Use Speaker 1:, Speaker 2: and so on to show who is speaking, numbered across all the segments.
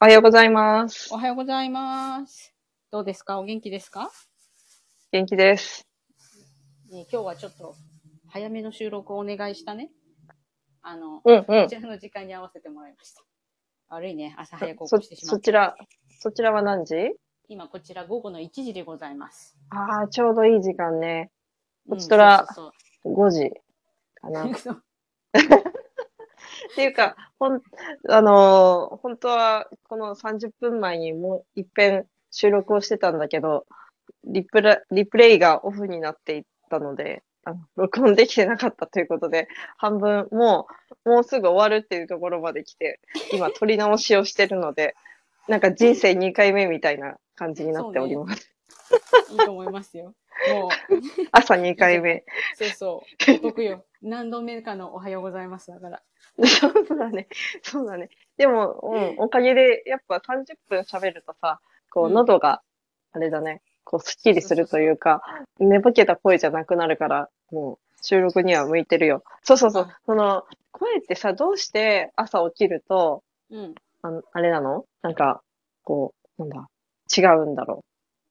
Speaker 1: おはようございます
Speaker 2: お。はようございます。どうですかお元気ですか、
Speaker 1: 元気です。
Speaker 2: ね、今日はちょっと早めの収録をお願いしたね。あの、
Speaker 1: うんう
Speaker 2: こ
Speaker 1: ん
Speaker 2: ち。らの時間に合わせてもらいました。悪いね。朝早く起
Speaker 1: そ
Speaker 2: こしてしま
Speaker 1: そ
Speaker 2: っ
Speaker 1: ち
Speaker 2: た。
Speaker 1: ら、そちらは何時
Speaker 2: 今こちら午後の1時でございます。
Speaker 1: ああ、ちょうどいい時間ね。こちと
Speaker 2: ら
Speaker 1: ら5時かな。っていうか、ほん、あのー本当はこの30分前にもう一遍収録をしてたんだけど、リプラ、リプレイがオフになっていったので、あの録音できてなかったということで、半分、もう、もうすぐ終わるっていうところまで来て、今撮り直しをしてるので、なんか人生2回目みたいな感じになっております。
Speaker 2: いいと思いますよ。もう、
Speaker 1: 朝2回目。
Speaker 2: そうそう。お得よ。何度目かのおはようございますだから。
Speaker 1: そうだね。そうだね。でも、うん、おかげで、やっぱ30分喋るとさ、こ
Speaker 2: う
Speaker 1: う、
Speaker 2: ん
Speaker 1: 喉が、あれだね、こう、スッキリするというか、寝ぼけた声じゃなくなるから、もう、収録には向いてるよ。そうそうそう
Speaker 2: あ。
Speaker 1: その、声ってさ、どうして朝起きると、
Speaker 2: うん。
Speaker 1: あのあれなのなんか、こう、なんだ、違うんだろ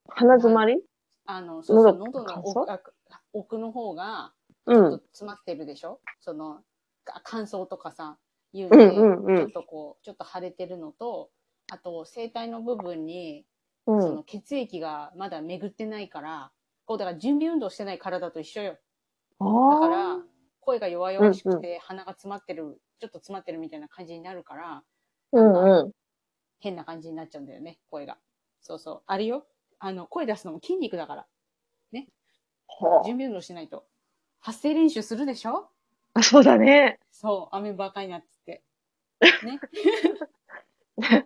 Speaker 1: う。鼻詰まり
Speaker 2: あの、そうそう
Speaker 1: 喉
Speaker 2: 喉の
Speaker 1: 乾
Speaker 2: 奥あ奥の方が、
Speaker 1: う
Speaker 2: ちょっと
Speaker 1: ん。
Speaker 2: 詰まってるでしょ、そのか感想とかさ言う
Speaker 1: う
Speaker 2: て、
Speaker 1: んうんう
Speaker 2: ちょっ
Speaker 1: ん。
Speaker 2: とこうちょっと腫れてるのとあと声帯の部分に、
Speaker 1: う
Speaker 2: そ
Speaker 1: ん。
Speaker 2: の血液がまだ巡ってないからこうだから準備運動してない体と一緒よだか
Speaker 1: あ
Speaker 2: ら声が弱々しくて鼻が詰まってる、ちょっと詰まってるみたいな感じになるから
Speaker 1: ーうんうん。
Speaker 2: 変な感じになっちゃうんだよね声がそうそうあれよあの声出すのも筋肉だから
Speaker 1: ほう
Speaker 2: 準備運動してないと発声練習するでしょ
Speaker 1: あ、そうだね。
Speaker 2: そう雨バカになっててね
Speaker 1: 腹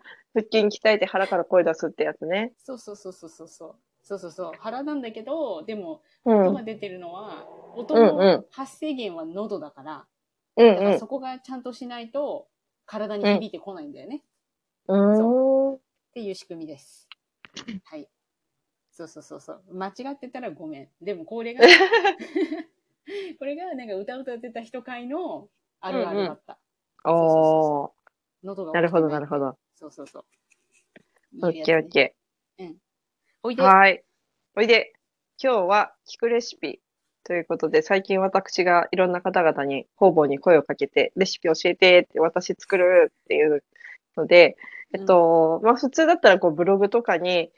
Speaker 1: 筋鍛えて腹から声出すってやつね。
Speaker 2: そうそうそうそうそうそう。そうそうそう。腹なんだけど、でも、
Speaker 1: うん。う
Speaker 2: 音
Speaker 1: ん
Speaker 2: が出てるのは、音
Speaker 1: うんう
Speaker 2: の
Speaker 1: ん
Speaker 2: 発生源は喉だから、
Speaker 1: う
Speaker 2: だから
Speaker 1: ん。
Speaker 2: そこがちゃんとしないと、体に響いてこないんだよね。っ
Speaker 1: うーん。
Speaker 2: ていう仕組みです。はい。そうそうそうそう。間違ってたらごめん。でも、こ れが、これが、なんか歌歌ってた人会のあるあるだった。
Speaker 1: おー。
Speaker 2: 喉が
Speaker 1: なるほど、なるほ
Speaker 2: ど。
Speaker 1: ど。
Speaker 2: そうそうそう。
Speaker 1: オッケーオッ
Speaker 2: ー。
Speaker 1: ケ
Speaker 2: おい
Speaker 1: ー。
Speaker 2: で。
Speaker 1: はーい。おいで。今日は聞くレシピということで、最近私がいろんな方々に方々に声をかけて、レシピ教えてって、私作るっていうので、えっと、まあ普通だったらこうブログとかに、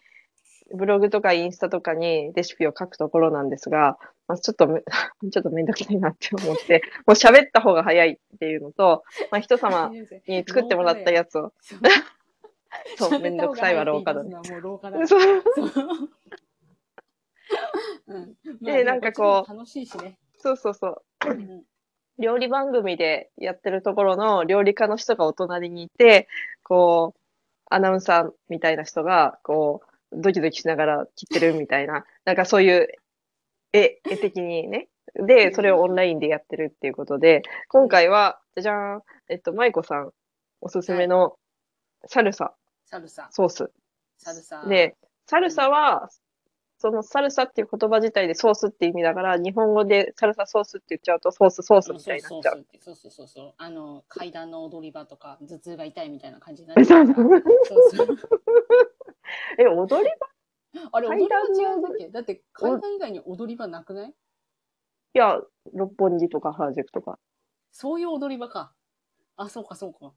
Speaker 1: ブログとかインスタとかにレシピを書くところなんですが、まあ、ちょっとめ、 ちょっとめんどくさいなって思って、もう喋った方が早いっていうのと、まあ、人様に作ってもらったやつを、
Speaker 2: そう
Speaker 1: そう、めんどくさいは廊下だね。
Speaker 2: ね。もう廊下だね。
Speaker 1: そう
Speaker 2: そう。うん。
Speaker 1: でなんかこう
Speaker 2: う。楽しいしね。
Speaker 1: そうそうそう。
Speaker 2: うん
Speaker 1: 料理番組でやってるところの料理家の人がお隣にいて、こう、アナウンサーみたいな人が、こう、ドキドキしながら切ってるみたいな、 なんかそういう絵、絵的にね。
Speaker 2: う
Speaker 1: で、
Speaker 2: ん
Speaker 1: それをオンラインでやってるっていうことで、今回は、じゃじゃーん、えっと、舞子さん、おすすめのサルサ、
Speaker 2: サルサ。
Speaker 1: ソース。
Speaker 2: サルサ。
Speaker 1: で、サルサは、そのサルサっていう言葉自体でソースって意味だから、日本語でサルサソースって言っちゃうと、ソースソース
Speaker 2: そう
Speaker 1: みた
Speaker 2: そ
Speaker 1: いうにな
Speaker 2: そ
Speaker 1: っ
Speaker 2: う
Speaker 1: ちゃう。
Speaker 2: そうそうそうそう。あの、階段の踊り場とか、頭痛が痛いみたいな感じにな
Speaker 1: え
Speaker 2: る
Speaker 1: そうな
Speaker 2: そう
Speaker 1: の
Speaker 2: そう。
Speaker 1: え、踊り場
Speaker 2: あれ、踊り場
Speaker 1: 階
Speaker 2: 違
Speaker 1: 段
Speaker 2: うん
Speaker 1: の
Speaker 2: だっけだって、階段以外に踊り場なくない
Speaker 1: いや、六本木とか原宿とか。
Speaker 2: そういう踊り場か。あ、そうか、そうか。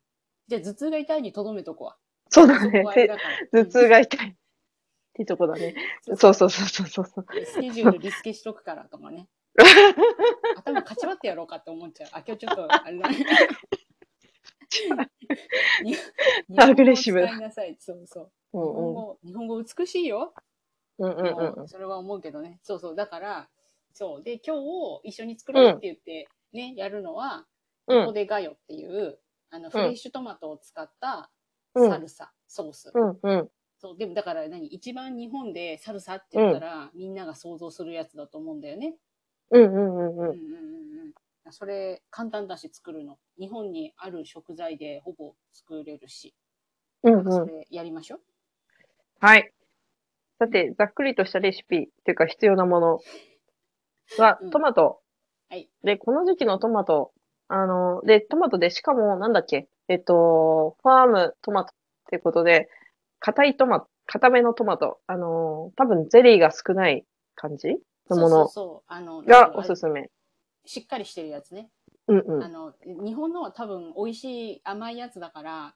Speaker 2: じゃあ、頭痛が痛いにとどめとこわ。
Speaker 1: そうだ
Speaker 2: そ
Speaker 1: ね
Speaker 2: こ。はあれ
Speaker 1: 手
Speaker 2: だから
Speaker 1: 頭痛が痛い。ってとこだね。
Speaker 2: うん
Speaker 1: そうそうそうそうそう。
Speaker 2: スケジュールリスケしとくからと かね。頭かち割ってやろうかって思っちゃう。あ、今日ちょっ と、あれだ。
Speaker 1: アグレッシブ
Speaker 2: 日
Speaker 1: だ
Speaker 2: 本語を使いなさい。そうそう。
Speaker 1: う
Speaker 2: 日本
Speaker 1: ん
Speaker 2: 語、日本語美しいよ。
Speaker 1: うん。うんうんうん
Speaker 2: もうそれは思うけどね。そうそう。だから、そう。で、今日を一緒に作ろうって言って、ね、やるのは、
Speaker 1: う
Speaker 2: ここ
Speaker 1: ん。
Speaker 2: でガヨっていう、あの、フレッシュトマトを使った
Speaker 1: うん
Speaker 2: サルサ、ソース。
Speaker 1: うんうん。
Speaker 2: そう。でもだから何一番日本でサルサって言ったら、みんなが想像するやつだと思うんだよね。
Speaker 1: うんうんうんうん
Speaker 2: うんうんうんうん。それ、簡単だし作るの。日本にある食材でほぼ作れるし。
Speaker 1: うんう
Speaker 2: そ
Speaker 1: ん。
Speaker 2: れやりましょう。
Speaker 1: はい。さて、ざっくりとしたレシピっていうか必要なものは
Speaker 2: うん、
Speaker 1: トマト。
Speaker 2: はい
Speaker 1: で、この時期のトマト、あの、で、トマトで、しかも、なんだっけ、えっと、ファームトマトということで、硬いトマト、硬めのトマト、あのー多分ゼリーが少ない感じのも
Speaker 2: そう
Speaker 1: の
Speaker 2: そうそうあのなん
Speaker 1: が
Speaker 2: か
Speaker 1: おすすめ。
Speaker 2: しっかりしてるやつね。
Speaker 1: うんうん
Speaker 2: あ。の日本のは多分美味しい甘いやつだから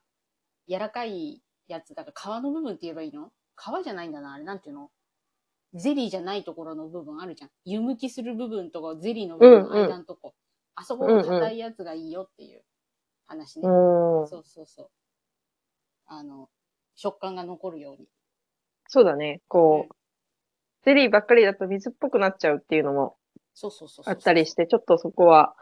Speaker 2: 柔らかいやつだから皮の部分って言えばいいの皮じゃないんだなあれなんていうのゼリーじゃないところの部分あるじゃん湯むきする部分とかゼリーの部分の間のとこ、あそこの硬いやつがいいよっていう話ね、
Speaker 1: うん
Speaker 2: そうそうそうあの食感が残るように
Speaker 1: そうだね。こ
Speaker 2: う
Speaker 1: う、ゼリーばっかりだと水っぽくなっちゃうっていうのも
Speaker 2: そうそうそうそう
Speaker 1: あったりして、ちょっとそこは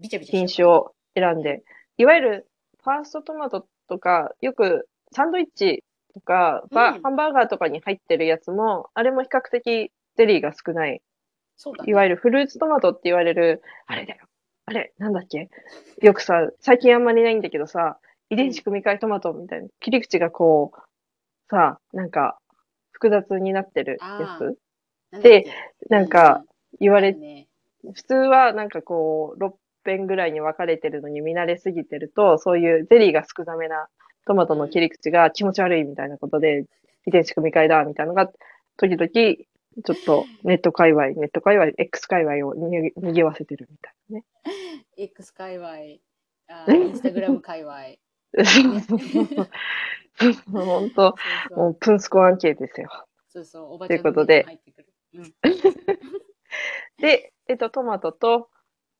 Speaker 2: ビチャビチャ
Speaker 1: 品
Speaker 2: しち
Speaker 1: 種
Speaker 2: ゃう
Speaker 1: を選んで、いわゆるファーストトマトとか、よくサンドイッチとか、バ
Speaker 2: うん
Speaker 1: ハンバーガーとかに入ってるやつも、あれも比較的ゼリーが少ない。
Speaker 2: そうだ、ね、
Speaker 1: いわゆるフルーツトマトって言われる、あれだよ。あれ、なんだっけよくさ、最近あんまりないんだけどさ、遺伝子組み換えトマトみたいな、切り口がこう、さ、なんか、複雑になってるや
Speaker 2: あ
Speaker 1: つ
Speaker 2: なんだっけ
Speaker 1: なんか、言わ
Speaker 2: う
Speaker 1: れ
Speaker 2: んね
Speaker 1: 普通はなんかこう、6辺ぐらいに分かれてるのに見慣れすぎてると、そういうゼリーが少なめなトマトの切り口が気持ち悪いみたいなことで、遺伝子組み換えだみたいなのが、時々、ちょっとネット界隈、ネット界隈、X 界隈をにぎにぎわせてるみたいなね。
Speaker 2: X 界隈、あ
Speaker 1: え
Speaker 2: インスタグラム界隈。
Speaker 1: そうそうそうそう。そうそう 本当、
Speaker 2: そう そ
Speaker 1: も
Speaker 2: う
Speaker 1: うプンスコアンケートですよ。
Speaker 2: そうそう、おば
Speaker 1: とい
Speaker 2: ちゃ
Speaker 1: うんことで
Speaker 2: の目にも入ってくる。うん、
Speaker 1: で、えっと、トマトと、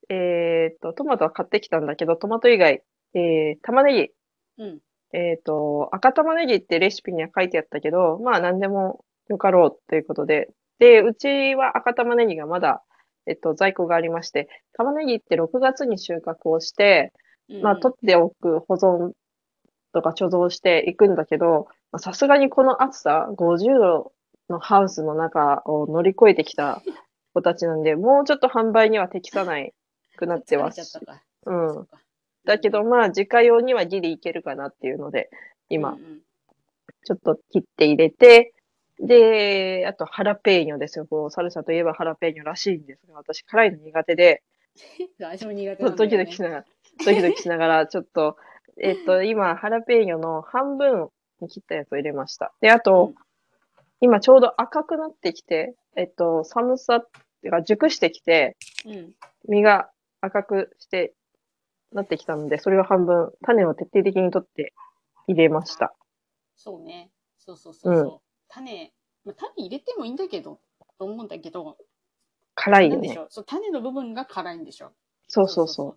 Speaker 1: えーっと、トマトは買ってきたんだけど、トマト以外、えー、玉ねぎ、
Speaker 2: うん、
Speaker 1: えっと、赤玉ねぎってレシピには書いてあったけど、まあ何でもよかろうということで。で、うちは赤玉ねぎがまだ、えっと、在庫がありまして、玉ねぎって6月に収穫をして、
Speaker 2: うん。
Speaker 1: まあ取っておく保存とか貯蔵していくんだけど、まあさすがにこの暑さ、50度のハウスの中を乗り越えてき た子たちなんで、もうちょっと販売には適さないくなって
Speaker 2: 疲
Speaker 1: ま
Speaker 2: れちゃった
Speaker 1: す。
Speaker 2: か。
Speaker 1: うん
Speaker 2: そっか。
Speaker 1: だけど
Speaker 2: うん、
Speaker 1: まあ自家用にはギリいけるかなっていうので、今
Speaker 2: うんうん
Speaker 1: ちょっと切って入れて、で、あとハラペーニョですよ。こう、サルサといえばハラペーニョらしいんですが、私辛いの苦手で、
Speaker 2: 私も苦手
Speaker 1: ド
Speaker 2: なんだよ、
Speaker 1: キ
Speaker 2: ね。
Speaker 1: ドキしながら、ドキドキしなが ら、ちょっと、えっと、今、ハラペーニョの半分に切ったやつを入れました。で、あと、今ちょうど赤くなってきて、えっと、寒さっていうか熟してきて、
Speaker 2: うん。
Speaker 1: 実が赤くして、なってきたので、それを半分、種を徹底的に取って入れました。
Speaker 2: そうね。そうそうそうそう。種、まあ、種入れてもいいんだけど、と思うんだけど、
Speaker 1: 辛い
Speaker 2: な
Speaker 1: よ
Speaker 2: んでし
Speaker 1: ね。
Speaker 2: ょう。そう、種の部分が辛いんでしょ。。
Speaker 1: そうそうそう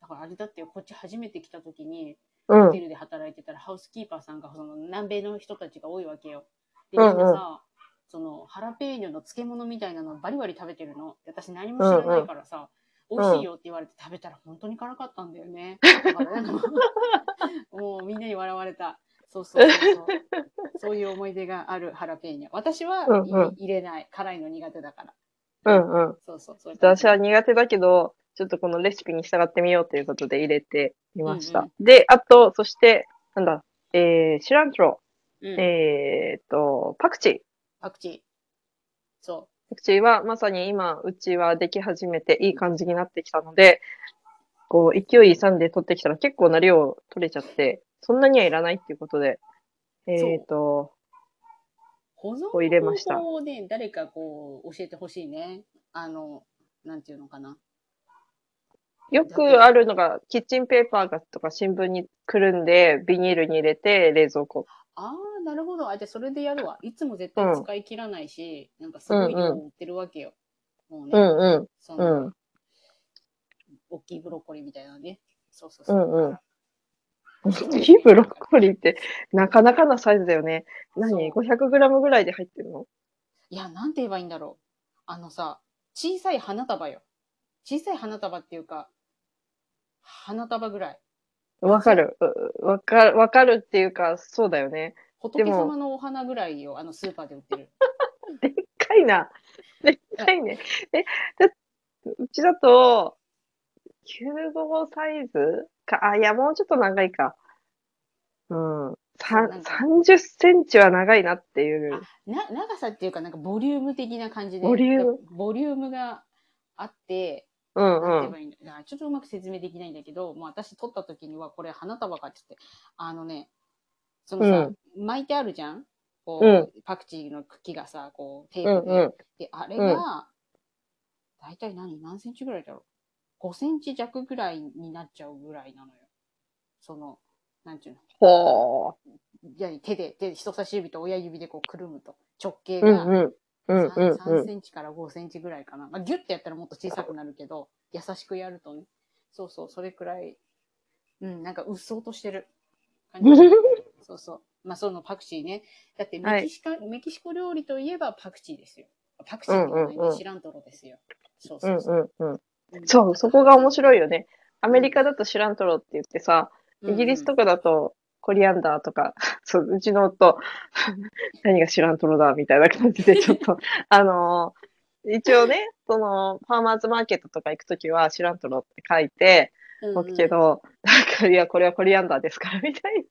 Speaker 2: だからあれだってよこっち初めて来た時に、
Speaker 1: う。う
Speaker 2: ホテ
Speaker 1: ん。
Speaker 2: ルで働いてたら、ハウスキーパーさんがその南米の人たちが多いわけよ。で、
Speaker 1: うん
Speaker 2: み
Speaker 1: うん
Speaker 2: んなさ、そのハラペーニョの漬物みたいなのをバリバリ食べてるの。で私何も知らないからさ、
Speaker 1: ん
Speaker 2: 美味しいよって言われて食べたら本当に辛かったんだよね。だからなんかもう もうみんなに笑われた。そうそうそうそう。そういう思い出があるハラペーニョ。私は
Speaker 1: うん
Speaker 2: 入れ,、
Speaker 1: うん
Speaker 2: ない。辛いの苦手だから。
Speaker 1: うんうん。
Speaker 2: そうそう。そういう感じ
Speaker 1: 私は苦手だけど、ちょっとこのレシピに従ってみようということで入れてみました。
Speaker 2: うん
Speaker 1: で、あと、そして、なんだ、えー、シュラントロ、
Speaker 2: うん
Speaker 1: えーっと、パクチー。
Speaker 2: パクチー。そ
Speaker 1: パクチーはまさに今、うちはでき始めていい感じになってきたので、こう、勢い勇んで取ってきたら結構な量取れちゃって、そんなにはいらないっていうことで、えーっと、
Speaker 2: う。保存
Speaker 1: を入れました
Speaker 2: 方法をね、誰かこう、教えてほしいね。あの、なんていうのかな。
Speaker 1: よくあるのが、キッチンペーパーがとか新聞にくるんで、ビニールに入れて、冷蔵庫。
Speaker 2: ああ、なるほど。あ、じゃあそれでやるわ。いつも絶対使い切らないし、なんかすごい量売ってるわけよ。もう
Speaker 1: う
Speaker 2: ね、
Speaker 1: んうん。
Speaker 2: そうの、
Speaker 1: ん。
Speaker 2: 大きいブロッコリーみたいなね。そうそう
Speaker 1: う
Speaker 2: そう。
Speaker 1: んうん。
Speaker 2: そ う
Speaker 1: いいブロッコリーって、なかなかなサイズだよね。何
Speaker 2: そう
Speaker 1: ?500g ぐらいで入ってるの
Speaker 2: いや、なんて言えばいいんだろう。あのさ、小さい花束よ。小さい花束っていうか、花束ぐらい。
Speaker 1: わかる。うわかる、わかるっていうか、そうだよね。で
Speaker 2: 仏
Speaker 1: も
Speaker 2: 様のお花ぐらいよ。あのスーパーで売ってる。
Speaker 1: でっかいな。でっかいね。え、だうちだと、95サイズか、あ、いや、もうちょっと長いか。うん。さん
Speaker 2: そうなんか
Speaker 1: 30センチは長いなっていう。
Speaker 2: な長さっていうか、なんかボリューム的な感じで。
Speaker 1: ボリューム
Speaker 2: ボリュームがあって、
Speaker 1: うん
Speaker 2: なんて
Speaker 1: う
Speaker 2: 言え
Speaker 1: ん
Speaker 2: ば。いいんだだからちょっとうまく説明できないんだけど、もう私撮った時にはこれ花束かって言って、あのね、そのさ、巻いてあるじゃんこう、パクチーの茎がさ、こう、テープで。
Speaker 1: うん
Speaker 2: で、あれが、だいたい何何センチぐらいだろう ?5 センチ弱ぐらいになっちゃうぐらいなのよ。その、なんちゅうの。
Speaker 1: ほ
Speaker 2: いや手で、手で人差し指と親指でこうくるむと、直径
Speaker 1: う。うん
Speaker 2: が
Speaker 1: うん。うん
Speaker 2: 3,
Speaker 1: うんう
Speaker 2: 3
Speaker 1: ん。
Speaker 2: センチから5センチぐらいかな。まあ、ギュッてやったらもっと小さくなるけど、優しくやるとね。そうそう、それくらい、うん、なんかうっそうとしてる感 じ。そうそう。まあ、そのパクチーね。だってメキシカ、メキシコ料理といえばパクチーですよ。パクチーって言わないね、
Speaker 1: うんうんうん
Speaker 2: シラントロですよ。そう
Speaker 1: う
Speaker 2: そ
Speaker 1: ん
Speaker 2: うそう。
Speaker 1: うんうん。そう、そこが面白いよね。アメリカだとシラントロって言ってさ、
Speaker 2: うん。
Speaker 1: イギリスとかだとコリアンダーとか、 そう、うちの夫、 何がシラントロだみたいな感じ で、ちょっと、あのー一応ね、その、ファーマーズマーケットとか行くときはシラントロって書いて
Speaker 2: うんうん
Speaker 1: おくけど、なんか、いや、これはコリアンダーですから、みたい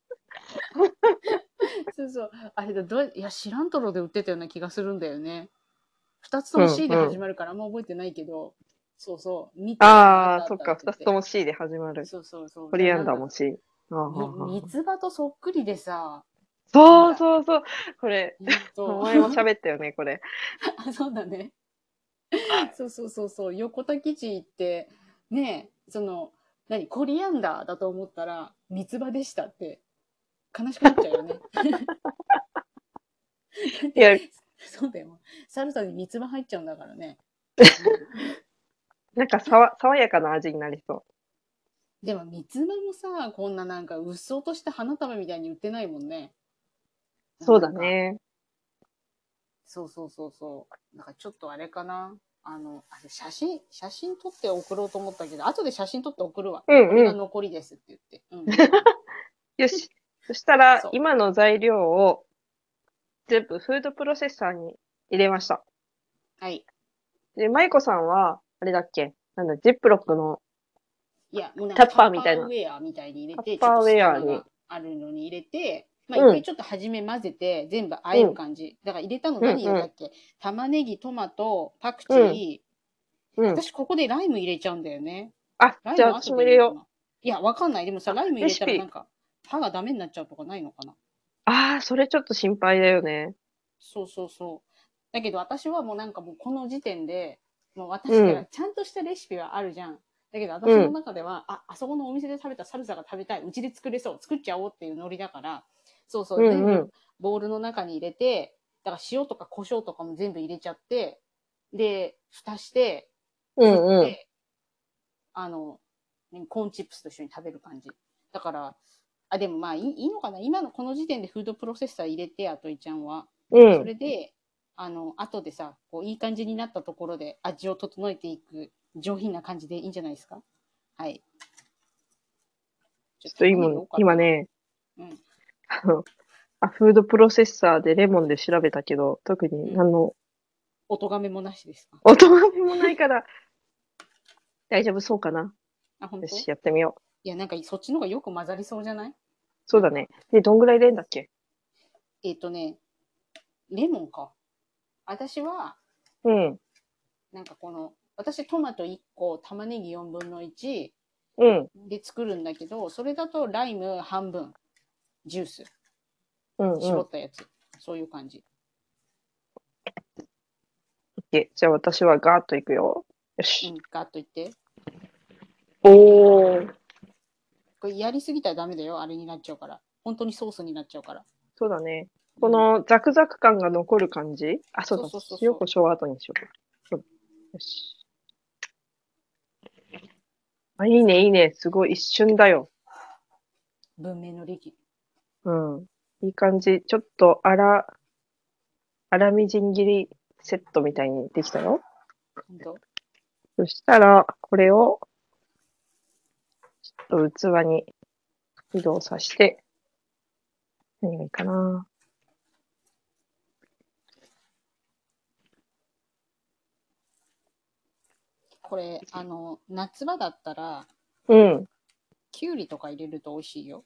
Speaker 1: な。
Speaker 2: そうそう。あれだ、どういや、知らんとろで売ってたような気がするんだよね。二つとも C で始まるから、あんま覚えてないけど、そうそう。見て
Speaker 1: ああ、そっか、二つと
Speaker 2: も。
Speaker 1: も C で始まる。
Speaker 2: そうそうそう。
Speaker 1: コリアンダーも
Speaker 2: い
Speaker 1: C。あー
Speaker 2: や。
Speaker 1: はー
Speaker 2: なんか
Speaker 1: は
Speaker 2: み
Speaker 1: ー
Speaker 2: 三つ葉とそっくり でさ、
Speaker 1: そうそうそう。これ、
Speaker 2: ほんと
Speaker 1: お前も喋ったよね、こ れ。
Speaker 2: あそう だね。そうそうそうそう。横田基地行って、ねえ、その、何、コリアンダーだと思ったら、三つ葉でしたって、悲しくなっちゃうよね。
Speaker 1: いや、
Speaker 2: そうだよ。サルサに三つ葉入っちゃうんだか らね。
Speaker 1: なんかさわ爽やかな味になりそ
Speaker 2: でも三つ葉もさ、こんななんか、うっそうとして花束みたいに売ってないもんね。
Speaker 1: う。そうだ
Speaker 2: なんか。
Speaker 1: ね。
Speaker 2: そうそうそうそう。なんかちょっとあれかな。あの、あれ写真、写真撮って送ろうと思ったけど、後で写真撮って送るわ。
Speaker 1: うん
Speaker 2: これ
Speaker 1: う
Speaker 2: が
Speaker 1: ん。
Speaker 2: 残りですって言って。 うん。
Speaker 1: よし。そしたら
Speaker 2: そう、
Speaker 1: 今の材料を全部フードプロセッサーに入れました。
Speaker 2: はい。
Speaker 1: で、舞子さんは、あれだっけなんだ、ジップロックの、
Speaker 2: いや、もうなん
Speaker 1: タッパーみたいな
Speaker 2: タッパーウェアみたいに入れて、
Speaker 1: タッパーウェアに
Speaker 2: ちょっと隙間があるのに入れて、まあ
Speaker 1: うん
Speaker 2: 一回ちょっと初め混ぜて、全部和える感じ。だから入れたの何入れたっけ、玉ねぎ、トマト、パクチー。
Speaker 1: うん。
Speaker 2: 私ここでライム入れちゃうんだよね。
Speaker 1: あ
Speaker 2: ラ、イ
Speaker 1: じ
Speaker 2: ム
Speaker 1: ゃあ私も入れよう。
Speaker 2: う。いや、わかんない。でもさ、ライム入れた
Speaker 1: レシ
Speaker 2: ら
Speaker 1: ピ
Speaker 2: なんか、歯がダメになっちゃうとかないのかな
Speaker 1: ああ、それちょっと心配だよね。
Speaker 2: そうそうそう。だけど私はもうなんかもうこの時点で、もう私
Speaker 1: うん
Speaker 2: からちゃんとしたレシピはあるじゃん。だけど私の中では、あ、あそこのお店で食べたサルサが食べたい、うちで作れそう、作っちゃおうっていうノリだから、そうそう、
Speaker 1: うん
Speaker 2: 全
Speaker 1: うん
Speaker 2: 部ボウルの中に入れて、だから塩とか胡椒とかも全部入れちゃって、で、蓋して、
Speaker 1: うんうん。
Speaker 2: であの、ねコーンチップスと一緒に食べる感じ。だから、あ、でもまあいいいいのかな今のこの時点でフードプロセッサー入れて、あといちゃんは。
Speaker 1: う
Speaker 2: そ
Speaker 1: ん。
Speaker 2: れで、あの、後でさ、こう、いい感じになったところで味を整えていく上品な感じでいいんじゃないですかはい。ち
Speaker 1: ちょっと今、今。ね、
Speaker 2: うん
Speaker 1: あの、あ、フードプロセッサーでレモンで調べたけど、特に何の
Speaker 2: お咎めもなしですか
Speaker 1: 大人もないから、大丈夫そうかな。
Speaker 2: あ、本
Speaker 1: よ
Speaker 2: 当？
Speaker 1: し、
Speaker 2: い
Speaker 1: やってみよう。
Speaker 2: や、なんかそっちの方がよく混ざりそうじゃない
Speaker 1: そうだね。で、どんぐらい入れんだっけ
Speaker 2: えっ、とね、レモンか。私は、
Speaker 1: うん、
Speaker 2: なんかこの、私トマト1個、玉ねぎ4分の1
Speaker 1: うん、
Speaker 2: で作るんだけど、それだとライム半分、ジュース、
Speaker 1: うん、うん。
Speaker 2: 絞
Speaker 1: オッ
Speaker 2: ったやつ、そういう感じ。
Speaker 1: ケーじゃあ私はガーッといくよ。よ
Speaker 2: う
Speaker 1: し。
Speaker 2: ん、ガッといって。
Speaker 1: おー。
Speaker 2: これやりすぎたらダメだよ。あれになっちゃうから。本当にソースになっちゃうから。
Speaker 1: そうだね。このザクザク感が残る感じあ、そうだ
Speaker 2: そうそうそう。そう
Speaker 1: 塩胡椒は後にしようか。そうよし。あ、いいね、いいね。すごい、一瞬だよ。
Speaker 2: 文明の利器。
Speaker 1: うん。いい感じ。ちょっと、あら、あらみじん切りセットみたいにできたよ。
Speaker 2: 本当
Speaker 1: そしたら、これを、ちょっと器に移動させて、何がいいかな。
Speaker 2: これ、あの、夏場だったら、
Speaker 1: うん。
Speaker 2: きゅうりとか入れると美味しいよ。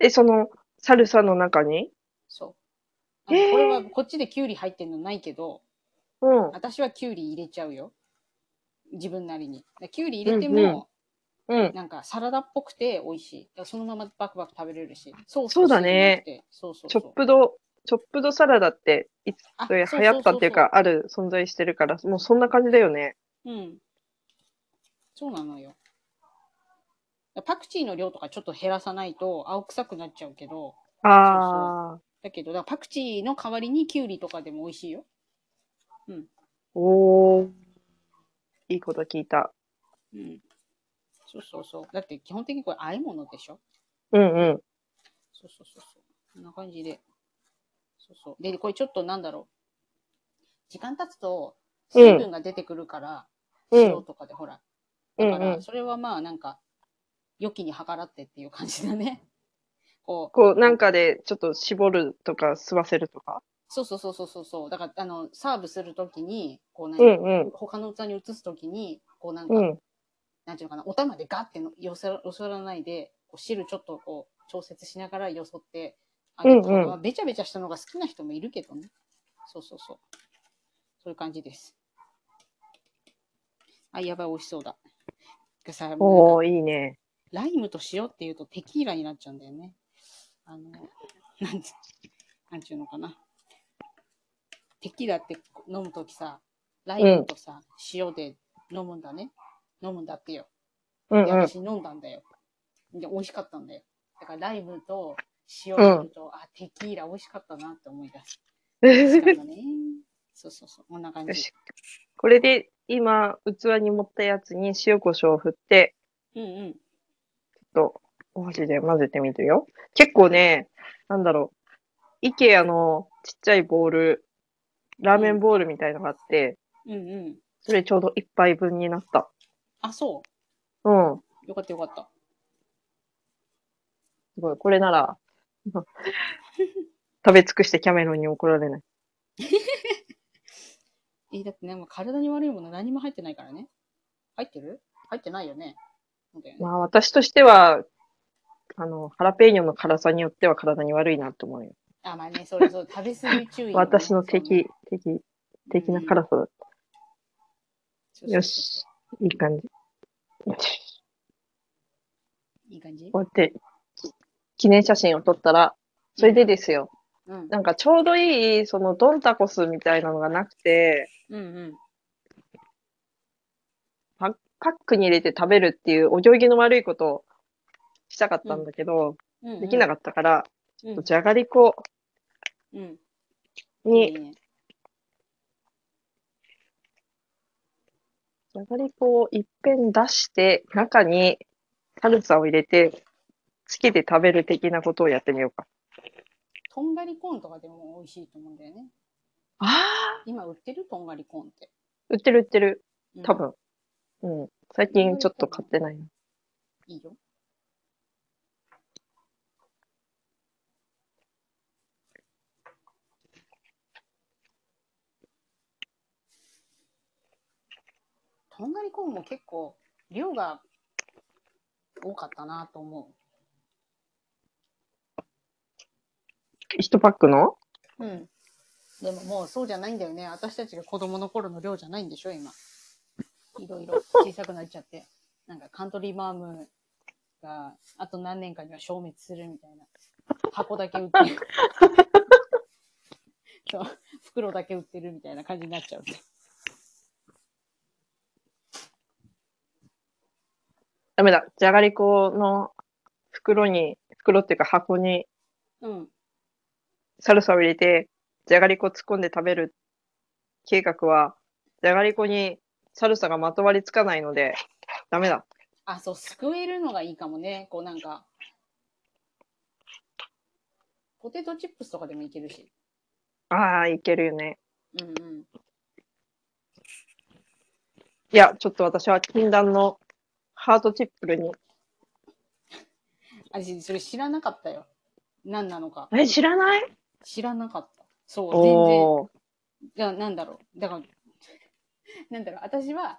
Speaker 1: え、その、サルサの中に
Speaker 2: そう。あの
Speaker 1: えー
Speaker 2: これは、こっちできゅうり入ってんのないけど、
Speaker 1: うん。
Speaker 2: 私はきゅうり入れちゃうよ。自分なりに。きゅうり入れても、
Speaker 1: うんうんうん。
Speaker 2: なんかサラダっぽくて美味しい。だからそのままバクバク食べれるし。そう
Speaker 1: そうだね。
Speaker 2: そうそう
Speaker 1: チョッ
Speaker 2: そう。
Speaker 1: プド、チョップドサラダって、いつ
Speaker 2: あ
Speaker 1: 流行ったっていう。か、ある存在してるから、もうそんな感じだよね。
Speaker 2: そうそうそううん。そうなのよ。パクチーの量とかちょっと減らさないと青臭くなっちゃうけど、
Speaker 1: ああ、
Speaker 2: だけど、だからパクチーの代わりにキュウリとかでも美味しいよ。
Speaker 1: おー。いいこと聞いた。
Speaker 2: うん。そうそうそう。だって基本的にこれ和え物でしょ
Speaker 1: うんうん。
Speaker 2: そうそうそうそう。こんな感じで。そうそう。で、これちょっとなんだろう。時間経つと、
Speaker 1: うん
Speaker 2: 水分が出てくるから、
Speaker 1: うん
Speaker 2: 塩とかでほら。
Speaker 1: う
Speaker 2: だ
Speaker 1: ん
Speaker 2: か
Speaker 1: うん
Speaker 2: ら、。それはまあなんか、良きに計らってっていう感じだね。こう、
Speaker 1: こう、なんかで、ちょっと絞るとか、吸わせるとか。
Speaker 2: そうそうそうそうそうそう。だから、あの、サーブするときに、こうね、
Speaker 1: うんうん。
Speaker 2: 他の器に移すときに、こうなんか、
Speaker 1: うん。
Speaker 2: なんていうのかな、お玉でガッての寄せ寄せらないで、こう汁ちょっとこう調節しながらよそって、あの、
Speaker 1: うんうん
Speaker 2: まあべちゃべちゃしたのが好きな人もいるけどね。そうそうそう。そういう感じです。あ、やばい、美味しそうだ。でさ、も
Speaker 1: お
Speaker 2: う
Speaker 1: ー、いいね。
Speaker 2: なんかライムと塩っていうとテキーラになっちゃうんだよね。あの、なんて、なんていうのかな。テキーラって飲むときさ、ライムとさ、塩で飲むんだね。飲むんだってよ。
Speaker 1: うん
Speaker 2: で、
Speaker 1: うん。
Speaker 2: 私飲んだんだよ。で、美味しかったんだよ。だからライムと塩
Speaker 1: うん
Speaker 2: 入ると、あ、テキーラ美味しかったなって思い出す。美味しかったね。そうそうそう。こんな感
Speaker 1: よ
Speaker 2: じ
Speaker 1: し。。 これで、今、器に盛ったやつに塩コショウを振って、
Speaker 2: うんうん。
Speaker 1: ちょっと、お箸で混ぜてみるよ。結構ね、なんだろう。イケアのちっちゃいボール、ラーメンボールみたいのがあって、
Speaker 2: うんうん。
Speaker 1: それちょうど一杯分になった。
Speaker 2: あ、そ
Speaker 1: うん。
Speaker 2: う。よかったよかった。
Speaker 1: すごい。これなら、 食べ尽くしてキャメロンに怒られない。
Speaker 2: えーだってね、もう体に悪いもの何も入ってないからね。入ってる入ってないよね。そうだよね。
Speaker 1: まあ私としては、あの、ハラペーニョの辛さによっては体に悪いなと思うよ。
Speaker 2: あ、まあね、それそう、食べ過ぎ注意、ね。
Speaker 1: 私の
Speaker 2: そうね
Speaker 1: 敵、敵、敵な辛さだ。よ。し。いい感じ。よし。
Speaker 2: うんそうそうそういい感じ
Speaker 1: こうやってき記念写真を撮ったら、それでですよ。
Speaker 2: うん。
Speaker 1: なんかちょうどいい、そのドンタコスみたいなのがなくて、
Speaker 2: うんうん。
Speaker 1: パックに入れて食べるっていうお行儀の悪いことをしたかったんだけど、
Speaker 2: うんうん、
Speaker 1: できな
Speaker 2: かっ
Speaker 1: かったから、
Speaker 2: た。うん
Speaker 1: じゃがりこ
Speaker 2: うん。いい
Speaker 1: に、
Speaker 2: ね
Speaker 1: じゃがりこをいっぺん出して、中にサルサを入れて、つけて食べる的なことをやってみようか。
Speaker 2: とんがりコーンとかでも美味しいと思うんだよね。
Speaker 1: ああ
Speaker 2: 今売ってるとんがりコーンって。
Speaker 1: 売ってる売ってる。
Speaker 2: うん
Speaker 1: 多。分。うん。最近ちょっと買ってないな。
Speaker 2: いいよ。とんがりコーンも結構量が多かったなと思
Speaker 1: 一パックの
Speaker 2: う。うん。でももうそうじゃないんだよね。私たちが子供の頃の量じゃないんでしょ、今。いろいろ小さくなっちゃって。なんかカントリーマームがあと何年かには消滅するみたいな。箱だけ売ってる。 そう、袋だけ売ってるみたいな感じになっちゃう。
Speaker 1: ダメだ。じゃがりこの袋に、袋っていうか箱に
Speaker 2: うん。
Speaker 1: サルサを入れて、じゃがりこ突っ込んで食べる計画は、じゃがりこにサルサがまとわりつかないので、ダメだ。
Speaker 2: あ、そう、すくえるのがいいかもね。こうなんか、ポテトチップスとかでもいけるし。
Speaker 1: ああ、いけるよね。
Speaker 2: うんうん。
Speaker 1: いや、ちょっと私は禁断のハートチップルに。
Speaker 2: 私、それ知らなかったよ。何なのか。
Speaker 1: え、知らない
Speaker 2: 知らなかった。そう、全然。
Speaker 1: おー。
Speaker 2: じゃあ、なんだろう。だから、なんだろう。私は、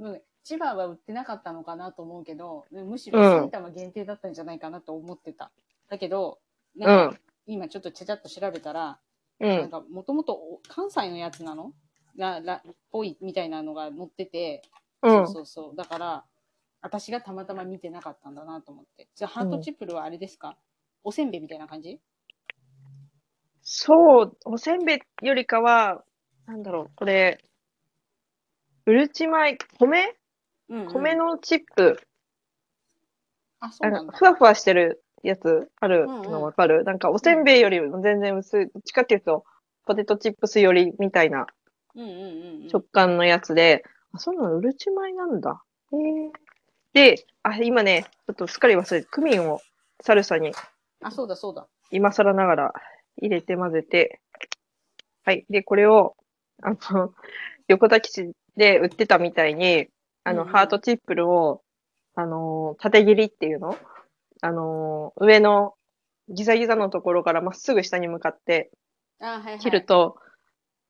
Speaker 2: うん千葉は売ってなかったのかなと思うけど、むしろ
Speaker 1: うん
Speaker 2: 埼玉限定だったんじゃないかなと思ってた。だけど、
Speaker 1: う
Speaker 2: なんか
Speaker 1: ん。
Speaker 2: 今ちょっとちゃちゃっと調べたら、
Speaker 1: う
Speaker 2: なん
Speaker 1: ん。
Speaker 2: かもともと関西のやつなのららっぽいみたいなのが載ってて、
Speaker 1: うん
Speaker 2: そう。そうそう。だから、私がたまたま見てなかったんだなと思って。じゃあ、ハートチップルはあれですか、おせんべいみたいな感じ
Speaker 1: そう、おせんべいよりかは、なんだろう、これ、うるち米米
Speaker 2: うん、うん。
Speaker 1: 米。のチップ、
Speaker 2: あ、そう
Speaker 1: あ
Speaker 2: な
Speaker 1: の
Speaker 2: んだ
Speaker 1: ふ。わふわしてるやつある
Speaker 2: うんうん
Speaker 1: のわかるなんかおせんべいよりも全然薄い、どっちかっていうと、ポテトチップス寄りみたいな
Speaker 2: うんうんうんうん。
Speaker 1: 食感のやつで、あ、そうなのうるち米なんだ。へーで、あ、今ね、ちょっとすっかり忘れて、クミンをサルサに
Speaker 2: あ、そうだそうだ。
Speaker 1: 今更ながら入れて混ぜて、はい。で、これを、あの、 横田基地で売ってたみたいに、あの、
Speaker 2: うんうん
Speaker 1: ハートチップルを、あのー、縦切りっていうのあのー、上のギザギザのところからまっすぐ下に向かって
Speaker 2: あ、はい、はい。
Speaker 1: 切ると、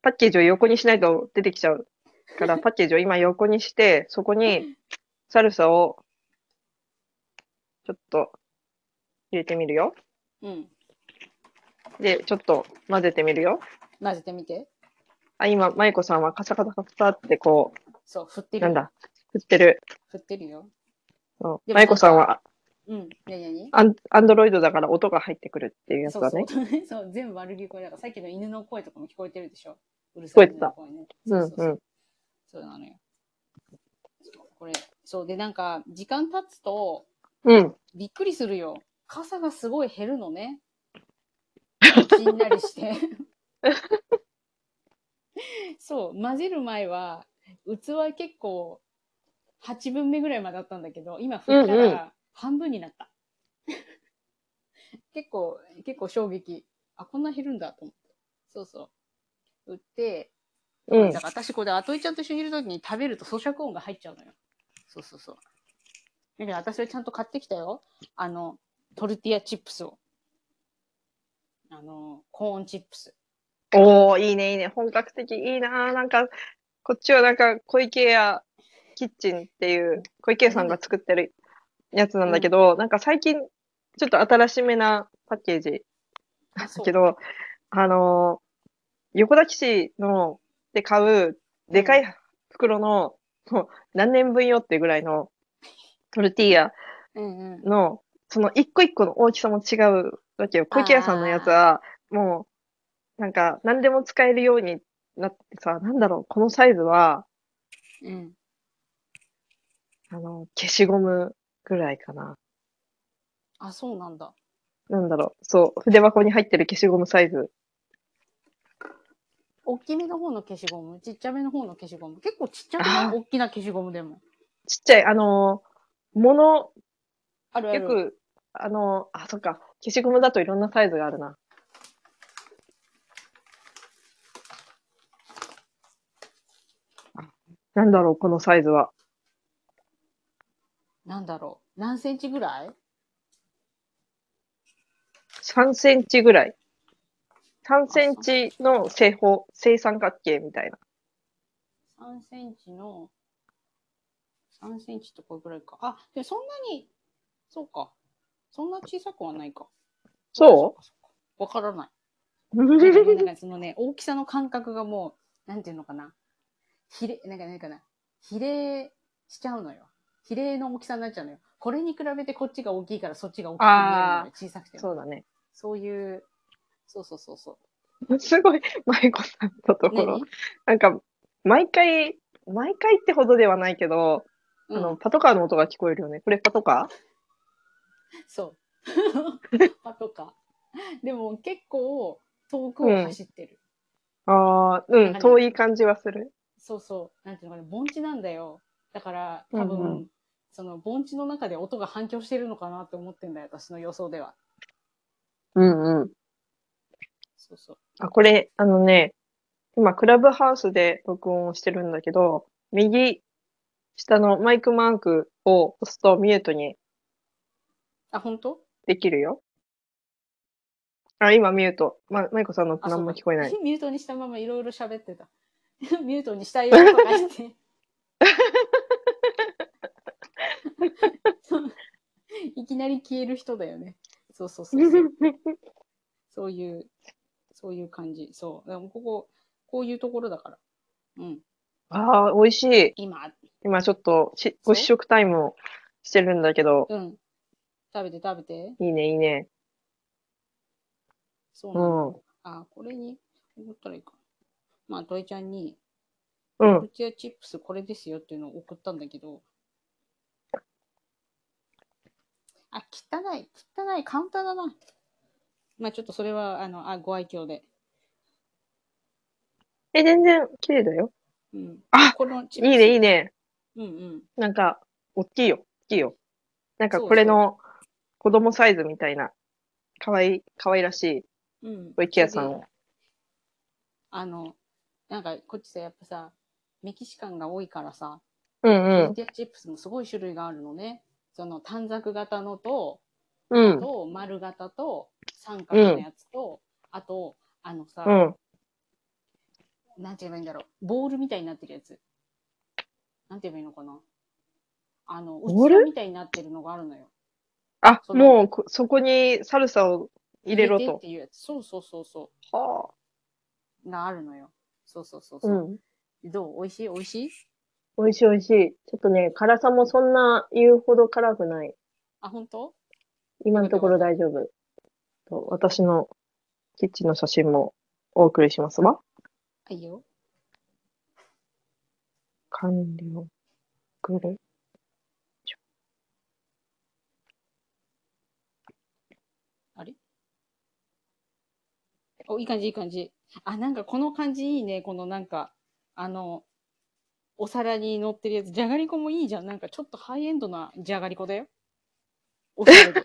Speaker 1: パッケージを横にしないと出てきちゃう から、パッケージを今横にして、そこにサルサを、ちょっと入れてみるよ。
Speaker 2: うん。
Speaker 1: で、ちょっと混ぜてみるよ。
Speaker 2: 混ぜてみて。
Speaker 1: あ、今、舞子さんはカサカサカサってこ
Speaker 2: そう、振っ
Speaker 1: う、
Speaker 2: てる。
Speaker 1: なんだ、振ってる。
Speaker 2: 振ってるよ。
Speaker 1: そう
Speaker 2: でも
Speaker 1: 舞子さんは
Speaker 2: うん。何何
Speaker 1: アンアンドロイドだから音が入ってくるっていうやつだね。
Speaker 2: そう そうそう全部悪聞こえだからさっきの犬の声とかも聞こえてるでしょうる
Speaker 1: こ
Speaker 2: さい
Speaker 1: えて
Speaker 2: 犬
Speaker 1: た
Speaker 2: の声ね
Speaker 1: う
Speaker 2: そうそうそ
Speaker 1: んうん。
Speaker 2: そうなのよそうこれそうでなんか時間経つと
Speaker 1: うん。
Speaker 2: びっくりするよ傘がすごい減る のねしんなりしてそう混ぜる前は器結構8分目ぐらいまであったんだけど今振った
Speaker 1: うんうん
Speaker 2: ら半分になった、結構結構衝撃あこんな減るんだと思ってそうそう売って
Speaker 1: うん
Speaker 2: だ。から私これ、アトイちゃんと一緒にいるときに食べると咀嚼音が入っちゃうのよ。そうそうそう。だけど私はちゃんと買ってきたよ。あの、トルティーヤチップスを。あの、コーンチップス。
Speaker 1: おー、いいね、いいね。本格的、いいなーなんか、こっちはなんか、小池屋キッチンっていう、小池屋さんが作ってるやつなんだけど、なんか最近、ちょっと新しめなパッケージ
Speaker 2: あ、そ
Speaker 1: けど、あのー横田基地ので買う、でかい袋の、もう何年分よっていうぐらいのトルティーヤ
Speaker 2: うんうん。
Speaker 1: の、その一個一個の大きさも違うわけよ。小池屋さんのやつは、もう、なんか、何でも使えるようになってさ、なんだろう、このサイズは、
Speaker 2: うん。
Speaker 1: あの、消しゴムぐらいかな。
Speaker 2: あ、そうなんだ。
Speaker 1: なんだろう、そう、筆箱に入ってる消しゴムサイズ。
Speaker 2: 大きめの方の消しゴム、ちっちゃめの方の消しゴム。結構ちっちゃくない
Speaker 1: あー
Speaker 2: 大きな消しゴムでも。
Speaker 1: ちっちゃい、あのー、もの、
Speaker 2: あるある。
Speaker 1: よく、あの、あ、そっか、消しゴムだといろんなサイズがあるな。あなんだろう、このサイズは。
Speaker 2: なんだろう。何センチぐらい
Speaker 1: 3センチぐらい。3センチの正方、正三角形みたいな。
Speaker 2: 3センチの、3センチとかぐらいか。あ、でもそんなに、そうか。そんな小さくはないか。
Speaker 1: そう
Speaker 2: うわからない。
Speaker 1: う
Speaker 2: なんかそのね、 大きさの感覚がもう、なんていうのかな。比例、なんかなんかな。比例しちゃうのよ。比例の大きさになっちゃうのよ。これに比べてこっちが大きいからそっちが大きく見えるの
Speaker 1: あ
Speaker 2: よ。小さくても。
Speaker 1: そうだね。
Speaker 2: そういう、そうそうそうそう。
Speaker 1: すごい、舞子さんのところ。なんか、毎回、毎回ってほどではないけど、
Speaker 2: 何
Speaker 1: あ
Speaker 2: う
Speaker 1: の、
Speaker 2: ん、
Speaker 1: パトカーの音が聞こえるよね。これパトカー
Speaker 2: そう。パとか。でも結構遠くを走ってる。
Speaker 1: ああ、うん、遠い感じはする。
Speaker 2: そうそう、なんていうのかな、盆地なんだよ。だから、多分、
Speaker 1: うんう
Speaker 2: その盆地の中で音が反響してるのかなって思ってんだよ、私の予想では。
Speaker 1: うんうん。
Speaker 2: そうそう。
Speaker 1: あ、これ、あのね、今、クラブハウスで録音をしてるんだけど、右下のマイクマークを押すとミュートに
Speaker 2: あ、本当
Speaker 1: できるよ。あ、今ミュート。ま、マイコさんの
Speaker 2: あ、
Speaker 1: 何
Speaker 2: そう
Speaker 1: も
Speaker 2: だ
Speaker 1: 聞こえ ない。。
Speaker 2: ミュートにしたままいろいろ喋ってた。 ミュートにしたいよとか 言って。 そういきなり消える人だよね。そうそうそうそう。そういう、そういう感じ。そう。でもここ、こういうところだから。うん。
Speaker 1: ああ、美味しい。
Speaker 2: 今、
Speaker 1: 今ちょっとし、ご試食タイムをしてるんだけど、
Speaker 2: うん。食べて食べて。
Speaker 1: いいね、いいね。
Speaker 2: そう
Speaker 1: う
Speaker 2: なんだ。
Speaker 1: ん。
Speaker 2: あ、これに、送ったらいいか。まあ、土井ちゃんに、
Speaker 1: うん。
Speaker 2: トチアチップスこれですよっていうのを送ったんだけど。あ、汚い、汚い、カウンターだな。まあちょっとそれは、あの、あご愛嬌で。
Speaker 1: え、全然綺麗だよ。
Speaker 2: うん。
Speaker 1: あ
Speaker 2: このチ
Speaker 1: いいね、いい
Speaker 2: ね。
Speaker 1: ね。
Speaker 2: うんうん。
Speaker 1: なんか、おっきいよ、大きいよ。なんか
Speaker 2: そう
Speaker 1: これの子供サイズみたいな、かわいい、かわいらしい、
Speaker 2: うん。
Speaker 1: お池屋さん
Speaker 2: それ
Speaker 1: を
Speaker 2: で。あの、なんかこっちさ、やっぱさ、メキシカンが多いからさ、
Speaker 1: うんう
Speaker 2: ト
Speaker 1: ん。
Speaker 2: チアチップスもすごい種類があるのね。その短冊型のと、
Speaker 1: うん。
Speaker 2: と丸型と三角のやつと、あと、あのさ、
Speaker 1: うん。
Speaker 2: なんて言えばいいんだろう。ボールみたいになってるやつ。なんて言えばいいのかな。あの、
Speaker 1: ボール
Speaker 2: 器みたいになってるのがあるのよ。
Speaker 1: あ、
Speaker 2: その
Speaker 1: もうこ、そこにサルサを入れろ
Speaker 2: てっ
Speaker 1: と。
Speaker 2: ていうやつ。そうそうそうそ
Speaker 1: は
Speaker 2: う。があるのよ。そうそうそう
Speaker 1: あ。
Speaker 2: そうう。
Speaker 1: ん。
Speaker 2: どう美味しい美味しい
Speaker 1: 美味しい美味しい。ちょっとね、辛さもそんな言うほど辛くない。
Speaker 2: あ、本当
Speaker 1: 今のところ大丈夫。と私のキッチンの写真もお送りしますわ。
Speaker 2: あいいよ。
Speaker 1: 完了。ぐる。
Speaker 2: お、いい感じいい感じ。あ、なんかこの感じいいね。このなんか、あの、お皿に乗ってるやつ。じゃがりこもいいじゃん。なんかちょっとハイエンドなじゃがりこだよ。お皿で。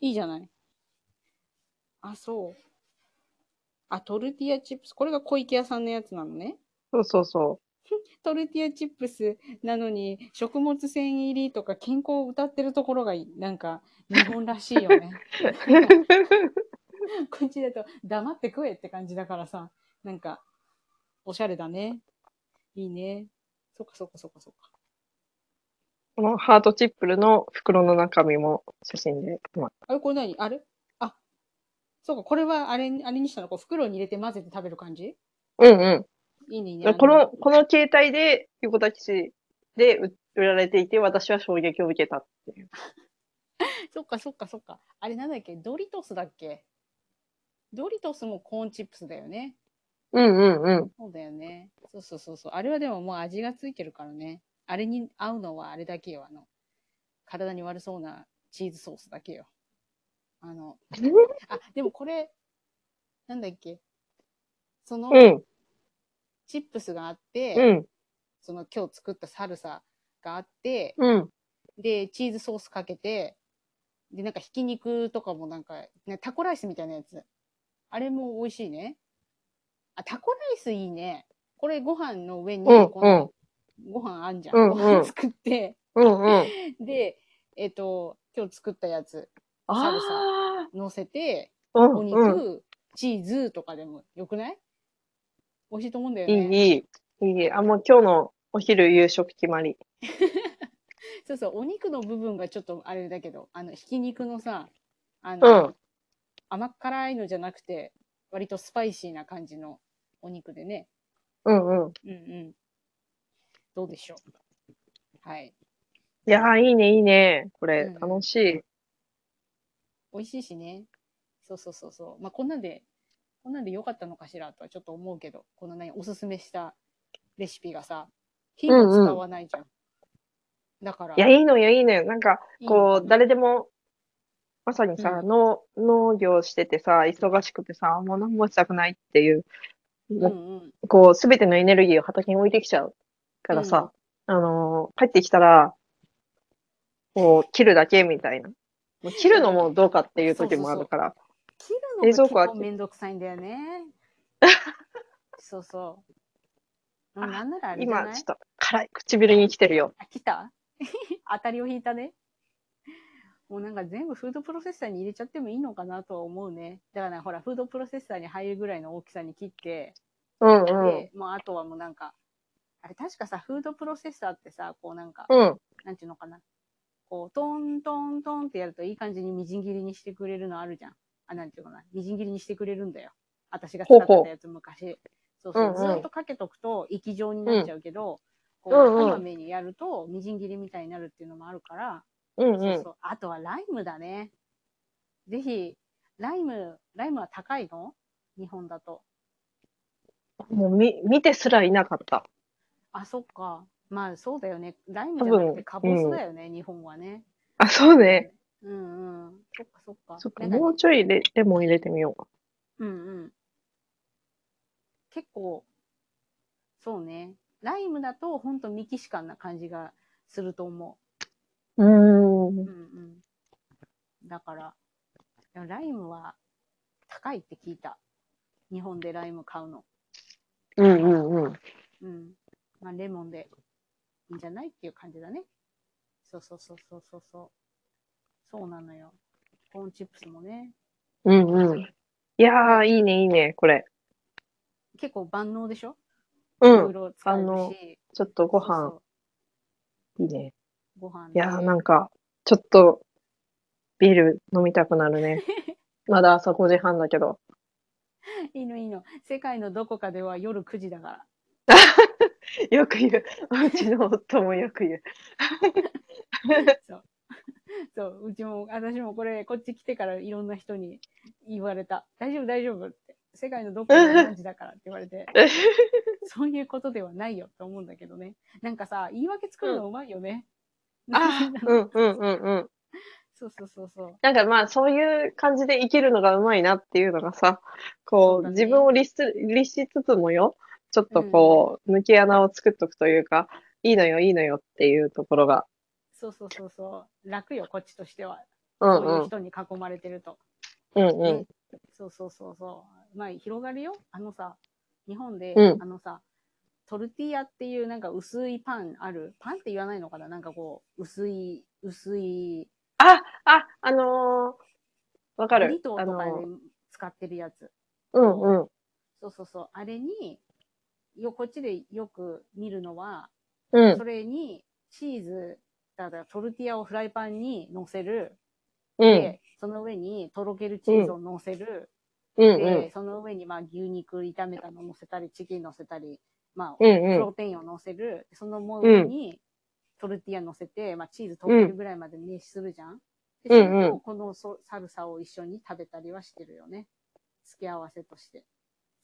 Speaker 2: いいじゃない。あ、そう。あ、トルティアチップス。これが小池屋さんのやつなのね。
Speaker 1: そうそうそ
Speaker 2: トルティアチップスなのに、食物繊維入りとか健康を歌ってるところがいい、なんか、日本らしいよね。
Speaker 1: う。
Speaker 2: こっちだと黙って食えって感じだからさ、なんか、おしゃれだね。いいね。そっかそっかそっかそっか。
Speaker 1: このハートチップルの袋の中身も写真で。まあ
Speaker 2: あれこれ何あれあ、そうか、これはあれ、あれにしたのこう袋に入れて混ぜて食べる感じ
Speaker 1: うんう
Speaker 2: いいねいい
Speaker 1: ん。
Speaker 2: ね。
Speaker 1: この、この携帯で横田基地で売売られていて、私は衝撃を受けたっていう。
Speaker 2: そっかそっかそっか。あれなんだっけドリトスだっけドリトスもコーンチップスだよね。
Speaker 1: うんうんうん。
Speaker 2: そうだよね。そうそうそうそう。あれはでももう味がついてるからね。あれに合うのはあれだけよ。あの、体に悪そうなチーズソースだけよ。あの、あ、でもこれ、なんだっけその
Speaker 1: うん
Speaker 2: チップスがあって、
Speaker 1: うん
Speaker 2: その今日作ったサルサがあって、
Speaker 1: うん。
Speaker 2: で、チーズソースかけて、で、なんかひき肉とかもなんか、ね、タコライスみたいなやつ。あれも美味しいね。あ、タコライスいいね。これご飯の上に、
Speaker 1: うん
Speaker 2: このご飯あんじゃん。
Speaker 1: うん
Speaker 2: ご
Speaker 1: うん
Speaker 2: 飯作って、
Speaker 1: うんうん。
Speaker 2: で、えっ、と、今日作ったやつサルサ
Speaker 1: あ
Speaker 2: 乗せて、
Speaker 1: あ。う
Speaker 2: お
Speaker 1: ん
Speaker 2: 肉、
Speaker 1: うん。
Speaker 2: チーズとかでもよくない美味しいと思うんだよ
Speaker 1: い
Speaker 2: ね。
Speaker 1: い、いい。いい。あ、もう今日のお昼夕食決まり。
Speaker 2: そうそう、お肉の部分がちょっとあれだけど、あの、ひき肉のさ、あ
Speaker 1: う
Speaker 2: の
Speaker 1: ん、
Speaker 2: 甘辛いのじゃなくて、割とスパイシーな感じのお肉でね。
Speaker 1: うんうん。
Speaker 2: うんうん。どうでしょう。はい。
Speaker 1: いやー、いいね、いいね。これ、
Speaker 2: うん
Speaker 1: 楽しい。
Speaker 2: 美味しいしね。そうそうそうそう。まあ、こんなんで、こんなんで良かったのかしらとはちょっと思うけど、このね、おすすめしたレシピがさ、火を使わないじゃん。だから、
Speaker 1: いや、いいのよ、いいのよ。なんか、
Speaker 2: いいの
Speaker 1: こう、誰でも、まさに
Speaker 2: う
Speaker 1: さ、
Speaker 2: ん
Speaker 1: 農農業しててさ、忙しくてさ、もう何もしたくないっていう、
Speaker 2: う
Speaker 1: もうん
Speaker 2: うん。
Speaker 1: こう、すべてのエネルギーを畑に置いてきちゃうからさ、あのー帰ってきたら、こう、切るだけみたいな。もう切るのもどうかっていう時もあるから。
Speaker 2: 切
Speaker 1: 冷
Speaker 2: る
Speaker 1: 蔵
Speaker 2: のが
Speaker 1: 庫開け
Speaker 2: 結構めんどくさいんだ よね。そうそう。
Speaker 1: あ
Speaker 2: なんならあれじゃ
Speaker 1: 今、
Speaker 2: ない
Speaker 1: ちょっと辛い唇に来てるよ。
Speaker 2: あ、来た 当たりを引いたね。もうなんか全部フードプロセッサーに入れちゃってもいいのかなとは思うね。だからほら、フードプロセッサーに入るぐらいの大きさに切って、
Speaker 1: うん
Speaker 2: で、
Speaker 1: うん。
Speaker 2: もうあとはもうなんか、あれ確かさ、フードプロセッサーってさ、こうなんか、
Speaker 1: うん。
Speaker 2: なんていうのかな。こう、トントントンってやるといい感じにみじん切りにしてくれるのあるじゃん。あ、なんていうのかな。みじん切りにしてくれるんだよ。私が使ってたやつ昔。そうそう。
Speaker 1: うんうん
Speaker 2: ずっとかけとくと液状になっちゃうけど、こ
Speaker 1: うんうん
Speaker 2: う、アニメにやると、みじん切りみたいになるっていうのもあるから、
Speaker 1: うんう
Speaker 2: そうんそう。あとはライムだね。ぜひ、ライム、ライムは高いの日本だと。
Speaker 1: もうみ見てすらいなかった。
Speaker 2: あ、そっか。まあ、そうだよね。ライムじゃなくてカボスだよね、日本はね。
Speaker 1: あ、そうね。
Speaker 2: うんうん。そっかそっか。
Speaker 1: そっか、
Speaker 2: なんか
Speaker 1: もうちょいレレモン入れてみようか。
Speaker 2: うんうん。結構、そうね。ライムだと、ほんとミキシカンな感じがすると思
Speaker 1: うー。
Speaker 2: う。うんんうん。だから、でもライムは高いって聞いた。日本でライム買うの。
Speaker 1: うんうんうん。
Speaker 2: うん。まあ、レモンでいいんじゃないっていう感じだね。そうそうそうそうそうそう。そうなのよ。コーンチップスもね、
Speaker 1: うんうん。いやー、いいね、いいね、これ。
Speaker 2: 結構万能でしょ
Speaker 1: う
Speaker 2: いろい
Speaker 1: ん。
Speaker 2: ろ使えるし。
Speaker 1: ちょっとご
Speaker 2: そう
Speaker 1: 飯
Speaker 2: そ、
Speaker 1: いいね。
Speaker 2: うご飯、ね。
Speaker 1: いやー、なんか、ちょっと、ビール飲みたくなる ね。まだ朝5時半だけど。
Speaker 2: いいのいいの。世界のどこかでは夜9時だから。
Speaker 1: よく言う。うちの夫もよく言う。
Speaker 2: そう。そう。うちも、私もこれ、こっち来てからいろんな人に言われた。大丈夫大丈夫って。世界のどこかでは何時だからって言われて。そういうことではないよって思うんだけどね。なんかさ、言い訳作るのうまいよね。
Speaker 1: ああ、うんうんうんうん。
Speaker 2: そうそうそうそう。
Speaker 1: なんかまあそういう感じで生きるのがうまいなっていうのがさ、こ
Speaker 2: そう
Speaker 1: う
Speaker 2: だね
Speaker 1: 自分を律す律しつつもよ、ちょっとこう抜け穴を作っとくというか、いいのよいいのよっていうところが、
Speaker 2: そうそうそうそう。楽よ、こっちとしては。
Speaker 1: うん
Speaker 2: そう
Speaker 1: う、
Speaker 2: いうん人に囲まれてると。
Speaker 1: うん
Speaker 2: ね
Speaker 1: う
Speaker 2: そうそうそうそう。まあ、広がるよ。あのさ、日本で、
Speaker 1: うん
Speaker 2: あのさ、トルティーヤっていうなんか薄いパンある。パンって言わないのかななんかこう、薄い、薄い、
Speaker 1: あ、あ、あのー、わか
Speaker 2: ブリ
Speaker 1: る。
Speaker 2: ト
Speaker 1: あ
Speaker 2: ーとかで
Speaker 1: の
Speaker 2: 使ってるやつ。
Speaker 1: ー、うんうん、
Speaker 2: そうそうそう。あれに、よ、こっちでよく見るのは、
Speaker 1: うん
Speaker 2: そ、れにチーズ、だからトルティーヤをフライパンに乗せる。
Speaker 1: うん、
Speaker 2: で、その上にとろけるチーズを乗せる。
Speaker 1: うん
Speaker 2: で
Speaker 1: う、
Speaker 2: その上にまあ牛肉炒めたの乗せたり、チキン乗せたり、まあ、
Speaker 1: ん、うん
Speaker 2: プ
Speaker 1: うん
Speaker 2: ロ、テインを乗せる、その上にトルティーヤ乗せて、まあ、チーズとろけるぐらいまで熱するじゃん。で、そ
Speaker 1: うんう
Speaker 2: れ
Speaker 1: ん
Speaker 2: とこのソサルサを一緒に食べたりはしてるよね。付け合わせとして。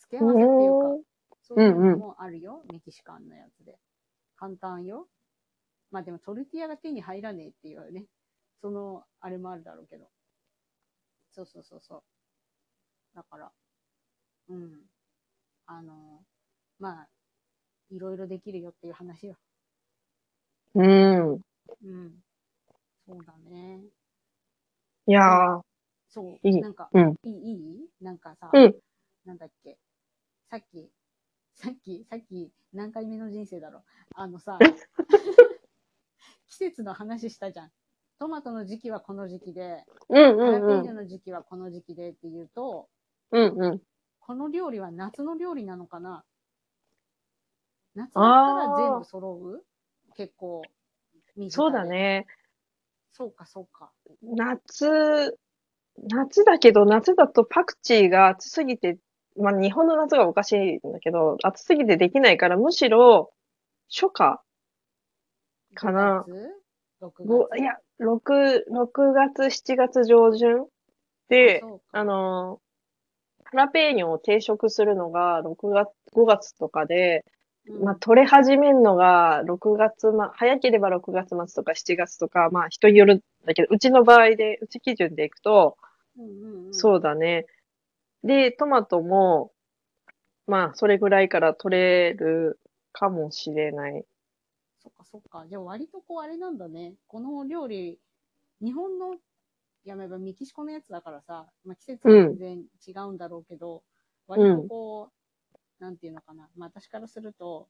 Speaker 2: 付け合わせっていうか、そういうのもあるよ、メキシカンのやつで。簡単よ。まあでもトルティーヤが手に入らねえっていうね。その、あれもあるだろうけど。そうそうそうそう。だから、うん。あの、まあ、いろいろできるよっていう話よ。
Speaker 1: うん、うん。
Speaker 2: うん。そうだね。
Speaker 1: いやー、
Speaker 2: そう。
Speaker 1: いい
Speaker 2: なんか、
Speaker 1: うん
Speaker 2: いいいいなんかさ、
Speaker 1: うん
Speaker 2: なんだっけ。さっき、さっき、さっき、何回目の人生だろう。あのさ、 季節の話したじゃん。トマトの時期はこの時期で、
Speaker 1: うん
Speaker 2: ハ
Speaker 1: う
Speaker 2: ラペー
Speaker 1: ん
Speaker 2: ニ
Speaker 1: う
Speaker 2: ョ
Speaker 1: ん、
Speaker 2: の時期はこの時期でっていうと、
Speaker 1: うんうん。
Speaker 2: この料理は夏の料理なのかな夏だったら全部揃う結構。身近で
Speaker 1: そうだ。ね。
Speaker 2: そうか、そうか。
Speaker 1: 夏、夏だけど、夏だとパクチーが暑すぎて、まあ日本の夏がおかしいんだけど、暑すぎてできないから、むしろ、初夏かな
Speaker 2: 5月 ?6
Speaker 1: ご
Speaker 2: 月
Speaker 1: いや、6、6月、7月上旬で、
Speaker 2: そうか
Speaker 1: あの、ハラペーニョを定食するのが6月、5月とかで、
Speaker 2: うん
Speaker 1: まあ、取れ始めるのが6月、ま、早ければ6月末とか7月とか、まあ、人によるんだけど、うちの場合で、うち基準でいくと、
Speaker 2: うん
Speaker 1: そうだね。で、トマトも、まあ、それぐらいから取れるかもしれない。
Speaker 2: そっかそっか。じゃあ割とこうあれなんだね。この料理、日本の、やめばメキシコのやつだからさ、まあ、季節は全然違うんだろうけど、
Speaker 1: ん
Speaker 2: 割とこう、なんていうのかな。まあ私からすると、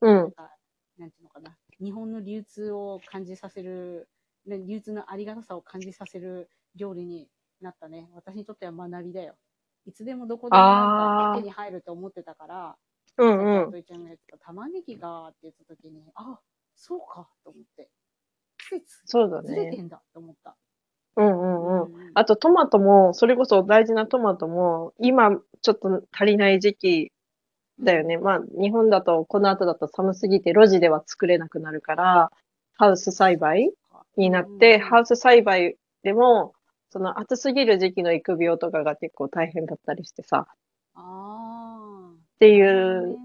Speaker 1: う
Speaker 2: なん
Speaker 1: ん、
Speaker 2: か、なんていうのかな。日本の流通を感じさせる、ね流通のありがたさを感じさせる料理になったね。私にとっては学びだよ。いつでもどこでもなん
Speaker 1: あ
Speaker 2: か
Speaker 1: ー
Speaker 2: 手に入ると思ってたから、
Speaker 1: う、
Speaker 2: うん
Speaker 1: うん。
Speaker 2: と一緒のやつと玉ねぎがって言った時に、あ、そうかと思って。季節
Speaker 1: そうだ
Speaker 2: ずれて
Speaker 1: ね。
Speaker 2: んだと思った。
Speaker 1: うん、う、
Speaker 2: うん
Speaker 1: うん。
Speaker 2: ん
Speaker 1: あと、トマトも、それこそ大事なトマトも、今、ちょっと足りない時期だよね。まあ、日本だと、この後だと寒すぎて、路地では作れなくなるから、ハウス栽培になって、
Speaker 2: うん
Speaker 1: ハウス栽培でも、その暑すぎる時期の育苗とかが結構大変だったりしてさ、
Speaker 2: ああ。
Speaker 1: ってい
Speaker 2: いう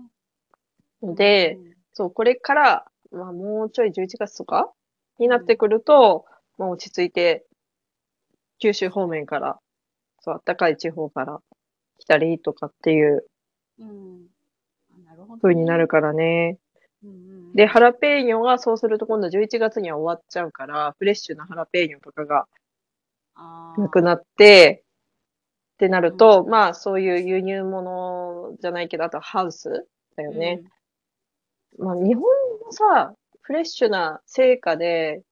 Speaker 1: ので、、そう、これから、まあ、もうちょい11月とかになってくると、もう落ち着いて、九州方面から、そう、暖かい地方から来たりとかっていう
Speaker 2: うん。あなるほど、
Speaker 1: 風になる。からね。
Speaker 2: うんうんうん、
Speaker 1: で、ハラペーニョがそうすると今度11月には終わっちゃうから、フレッシュなハラペーニョとかが
Speaker 2: あー
Speaker 1: なくなって、ってなると、まあ、そういう輸入物じゃないけど、あとハウスだよね。まあ、日本のさ、フレッシュな成果で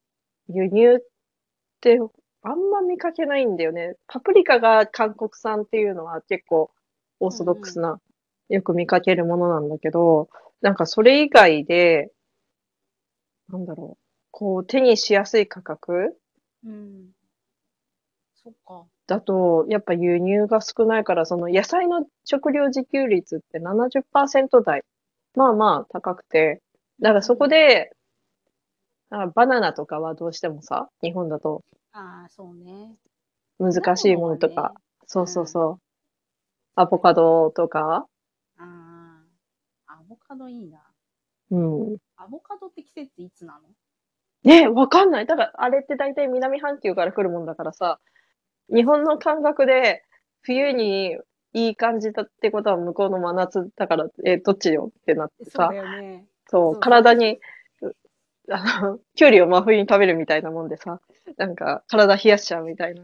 Speaker 1: 輸入ってあんま見かけないんだよね。パプリカが韓国産っていうのは結構オーソドックスな、よく見かけるものなんだけど、なんかそれ以外で、なんだろう、こう手にしやすい価格
Speaker 2: うん。うん。そっか。
Speaker 1: だと、やっぱ輸入が少ないから、その野菜の食料自給率って70%台。まあまあ高くて。だからそこで、あバナナとかはどうしてもさ、日本だと
Speaker 2: ああ、そうね。
Speaker 1: 難しいものとか、そうそうそう。アボカドとか、
Speaker 2: 生のはね。ああ。アボカドいいな。
Speaker 1: うん。
Speaker 2: アボカドって季節いつなの
Speaker 1: ね、わかんない。だからあれって大体南半球から来るもんだからさ、日本の感覚で冬にいい感じだってことは向こうの真夏だから、え、どっちよってなって
Speaker 2: そう
Speaker 1: さ
Speaker 2: だ、よね。
Speaker 1: そう、体に、うあの、キュウリを真冬に食べるみたいなもんでさ、なんか、体冷やしちゃうみたいな。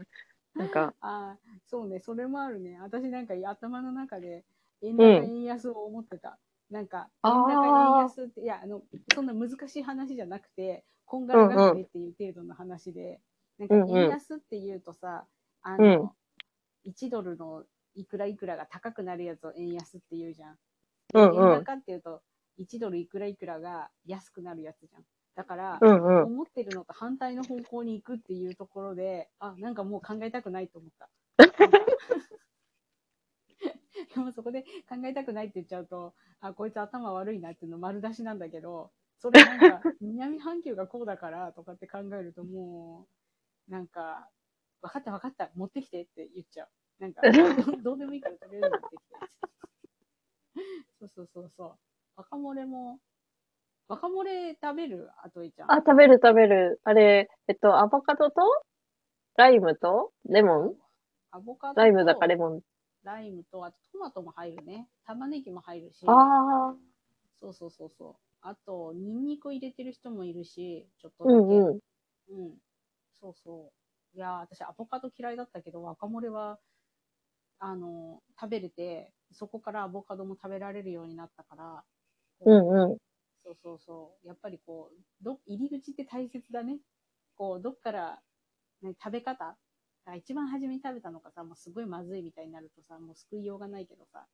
Speaker 1: なんか、
Speaker 2: ああ、そうね、それもあるね。私なんか頭の中で、円
Speaker 1: う
Speaker 2: 高
Speaker 1: ん
Speaker 2: 円安を思ってた。なんか、円
Speaker 1: あー
Speaker 2: 高円安って、いや、あの、そんな難しい話じゃなくて、こんがらがってっていう程度の話で、
Speaker 1: うん
Speaker 2: な
Speaker 1: うんん
Speaker 2: か円安っていうとさ、あの、1ドルのいくらいくらが高くなるやつを円安っていうじゃん。で
Speaker 1: うんうん
Speaker 2: 円高っていうと、1ドルいくらいくらが安くなるやつじゃん。だから、
Speaker 1: うんうん。
Speaker 2: 思ってるのと反対の方向に行くっていうところで、あ、なんかもう考えたくないと 思った。なんかでもそこで考えたくないって言っちゃうと、あ、こいつ頭悪いなっていうの丸出しなんだけど、それなんか南半球がこうだからとかって考えるともう、なんか、分かった分かった、持ってきてって言っちゃう。なんか、どどうで もいいからとりあえず持ってきて。そうそうそうそう。若漏れも、若漏れ食べるあといちゃん。
Speaker 1: あ、食べる食べる。あれ、えっと、アボカドと、ライムと、レモン
Speaker 2: アボカドと
Speaker 1: ライムだかレモン。
Speaker 2: ライムと、あとトマトも入るね。玉ねぎも入るし。
Speaker 1: ああ、
Speaker 2: そうそうそうそう。あと、ニンニク入れてる人もいるし、ちょっとだ
Speaker 1: う
Speaker 2: け。
Speaker 1: んうん。
Speaker 2: うん。そうそう。いやー、私アボカド嫌いだったけど、若漏れは、あのー、食べれて、そこからアボカドも食べられるようになったから、こ
Speaker 1: う
Speaker 2: うん
Speaker 1: うん。
Speaker 2: そうそうそう。やっぱりこう、ど、入り口って大切だね。こう、どっから、ね、食べ方あ一番初めに食べたのがさ、もうすごいまずいみたいになるとさ、もう救いようがないけどさ、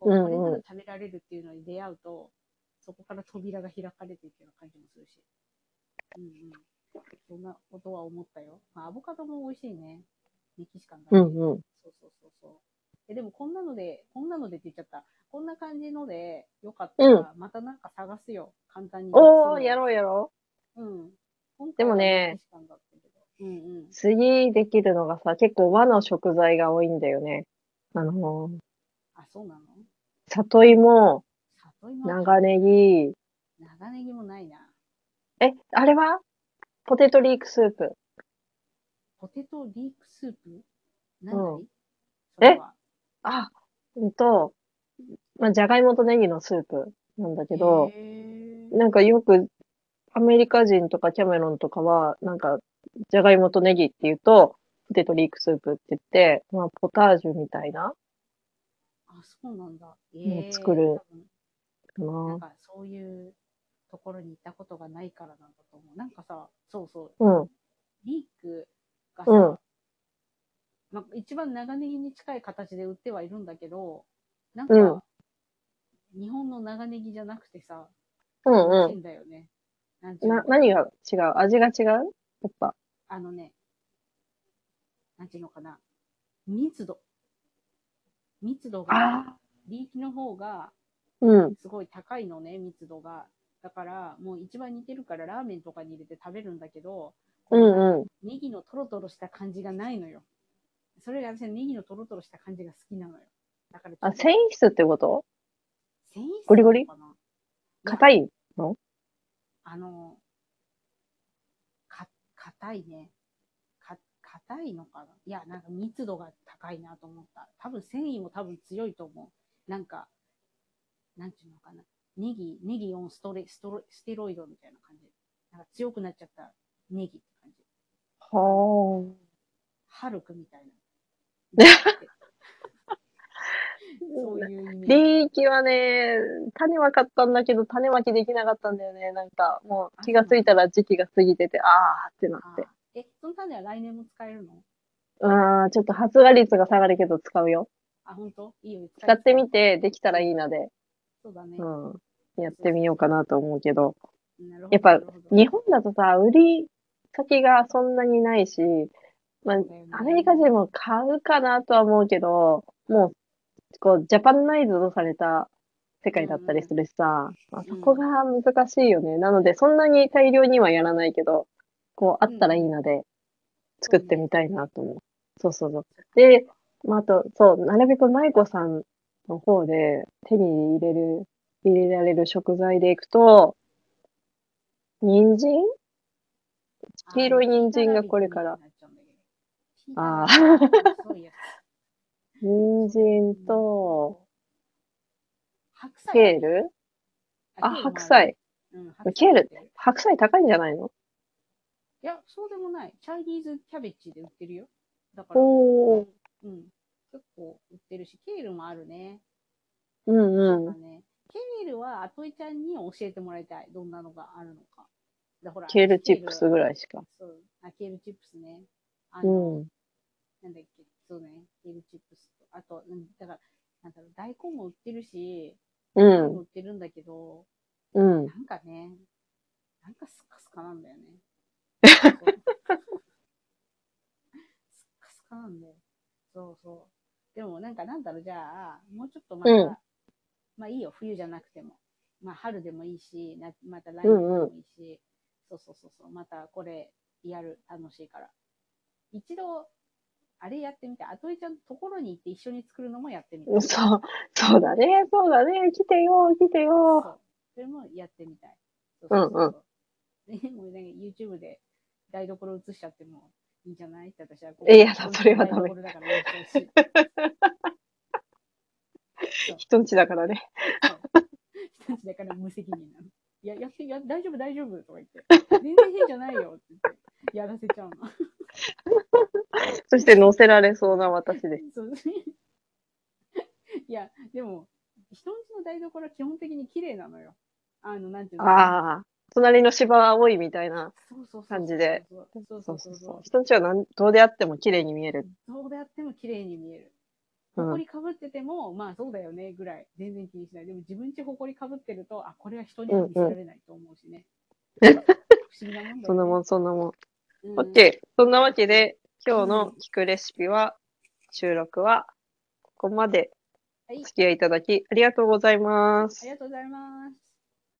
Speaker 2: こう、
Speaker 1: うんうん
Speaker 2: これなら食べられるっていうのに出会うと、そこから扉が開かれていくような感じもするし。うんうん。そんなことは思ったよ。まあ、アボカドも美味しいね。メキシカンだ
Speaker 1: う
Speaker 2: ね。
Speaker 1: んうん。
Speaker 2: そうそうそうそう。え、でもこんなので、こんなのでって言っちゃった。こんな感じので、よかったら、またなんか探すよ。簡単に。
Speaker 1: おー、やろうやろ
Speaker 2: う。うん。今
Speaker 1: で
Speaker 2: 回は
Speaker 1: もね
Speaker 2: メキシカンだったけど。うんうん
Speaker 1: う。。次できるのがさ、結構和の食材が多いんだよね。あのー、
Speaker 2: あ、そうなの
Speaker 1: 里芋、
Speaker 2: 里芋は
Speaker 1: 長ネギ、
Speaker 2: 長ネギもないな。
Speaker 1: え、あれはポテトリークスープ。
Speaker 2: ポテトリークスープ何々、
Speaker 1: う
Speaker 2: それは
Speaker 1: あ、うんと、まあ、じゃがいもとネギのスープなんだけど、
Speaker 2: へー
Speaker 1: なんかよくアメリカ人とかキャメロンとかは、なんか、じゃがいもとネギって言うと、ポテトリークスープって言って、まあ、ポタージュみたいな
Speaker 2: あ、そうなんだ。え
Speaker 1: もう作る。か
Speaker 2: 多分なん
Speaker 1: な。
Speaker 2: かそういうところに行ったことがないからなんだと思う。なんかさ、そうそう。
Speaker 1: うん、
Speaker 2: リークがさ、
Speaker 1: うん
Speaker 2: まあ、一番長ネギに近い形で売ってはいるんだけど、なん
Speaker 1: う
Speaker 2: か、日本の長ネギじゃなくてさ、
Speaker 1: うん
Speaker 2: 美味しい
Speaker 1: うん
Speaker 2: だよね。なんてい
Speaker 1: ん。
Speaker 2: うの
Speaker 1: な、何が違う味が違うやっぱ。
Speaker 2: あのね、なんていうのかな、密度。密度が、
Speaker 1: あ
Speaker 2: リーキの方が
Speaker 1: うん。
Speaker 2: すごい高いのね、密度が。だから、もう一番似てるからラーメンとかに入れて食べるんだけど、
Speaker 1: うんうん。
Speaker 2: ネギのトロトロした感じがないのよ。それが私はネギのトロトロした感じが好きなのよ。だからちょ
Speaker 1: あ、
Speaker 2: っと
Speaker 1: 繊維質ってこと
Speaker 2: 繊維質
Speaker 1: ゴリゴリ
Speaker 2: なのかな
Speaker 1: 硬い。
Speaker 2: あの、か、硬いね。か、硬いのかないや、なんか密度が高いなと思った。多分繊維も多分強いと思う。なんか、なんていうのかな。ネギ、ネギオンストレ、ストロ、ステロイドみたいな感じ。なんか強くなっちゃったネギって感じ。
Speaker 1: は
Speaker 2: ハルクみたい な。そういうイメージ。
Speaker 1: リーキはね、種は買ったんだけど、種まきできなかったんだよね。なんか、もう気がついたら時期が過ぎてて、あーってな
Speaker 2: あ
Speaker 1: って
Speaker 2: ー。え、その種は来年も使えるの
Speaker 1: うーん、ちょっと発芽率が下がるけど使うよ。
Speaker 2: あ、本当いいよ。
Speaker 1: 使ってみ。て、できたらいいなで、
Speaker 2: そうだね。
Speaker 1: うん。やってみようかなと思うけど。
Speaker 2: なるほど。
Speaker 1: やっぱ
Speaker 2: なるほど
Speaker 1: 日本だとさ、売り先がそんなにないし、まあ、アメリカ人も買うかなとは思うけど、もう、こう、ジャパンナイズドされた世界だったりするしさ、まあそこが難しいよね。なので、そんなに大量にはやらないけど、こう、あったらいいなで、作ってみたいなと思う。そうそうそう。で、まあ、あと、そう、なるべく舞子さんの方で手に入れる、入れられる食材でいくと、人参黄色い人参がこれから。
Speaker 2: あ
Speaker 1: あ
Speaker 2: ー。そういや
Speaker 1: 人参と、、
Speaker 2: 白菜
Speaker 1: ケールあ、白。菜。
Speaker 2: うん
Speaker 1: ケールって、白菜高いんじゃないの
Speaker 2: いや、そうでもない。チャイニーズキャベジで売ってるよ。だから、
Speaker 1: おー。
Speaker 2: うん。結構売ってるし、ケールもあるね。
Speaker 1: うんう
Speaker 2: だ
Speaker 1: ん。
Speaker 2: ねケールは、あといちゃんに教えてもらいたい。どんなのがあるのか。だほら
Speaker 1: ケールチップスぐらいしか。
Speaker 2: そう。あ、ケールチップスね。あ
Speaker 1: う
Speaker 2: の、
Speaker 1: ん。
Speaker 2: なんだっけ、そうね、ケールチップスと、あと、うん、だから、なんだろう、大根も売ってるし、
Speaker 1: う
Speaker 2: も
Speaker 1: ん。
Speaker 2: 売ってるんだけど、
Speaker 1: うん。
Speaker 2: なんかね、なんかスカスカなんだ よね。スカスカなんだよ。そうそう。でもなんかなんだろう、じゃあ、もうちょっとまた、
Speaker 1: うん
Speaker 2: まあいいよ、冬じゃなくても。まあ春でもいいし、なまた来年でもいいし、そうそうそうそう、またこれやる、楽しいから。一度、あれやってみたい。あといちゃんのところに行って一緒に作るのもやってみたい。
Speaker 1: そう、そうだね、そうだね、来てよ、来て
Speaker 2: そ
Speaker 1: よ。
Speaker 2: う。それもやってみたい。そう
Speaker 1: うん
Speaker 2: そううんそうそう。 ね、もうね、YouTube で台所映しちゃってもいいんじゃないって私はこう。
Speaker 1: いやそれはダメ
Speaker 2: 台所だからやっちゃうし
Speaker 1: 人んちだからね。
Speaker 2: 人たちだから無責任なの。いや、やって、や、大丈夫、大丈夫とか言って。全然変じゃないよって言って、やらせちゃ うの。
Speaker 1: そして乗せられそうな私です。
Speaker 2: そういや、でも、人んちの台所は基本的に綺麗なのよ。あの、なんていうの
Speaker 1: ああ、隣の芝は多いみたいな。
Speaker 2: そうそうそうそう
Speaker 1: 感じで。
Speaker 2: そうそ
Speaker 1: そうう
Speaker 2: そ
Speaker 1: そうう
Speaker 2: そ
Speaker 1: そうう。。人んちはなんどうであっても綺麗に見える。
Speaker 2: どうであっても綺麗に見える。
Speaker 1: うん
Speaker 2: 埃かぶってても、まあそうだよねぐらい、全然気にしない。でも自分ち埃かぶってると、あ、これは人には見せられないと思うしね。不思議なもんだよね。
Speaker 1: そんなもん、そんなもん。
Speaker 2: うん。
Speaker 1: オッケー。そんなわけで、今日の聞くレシピは、収録は、ここまで
Speaker 2: はい
Speaker 1: お付き合いいただき、ありがとうございます
Speaker 2: あり。がとうございます。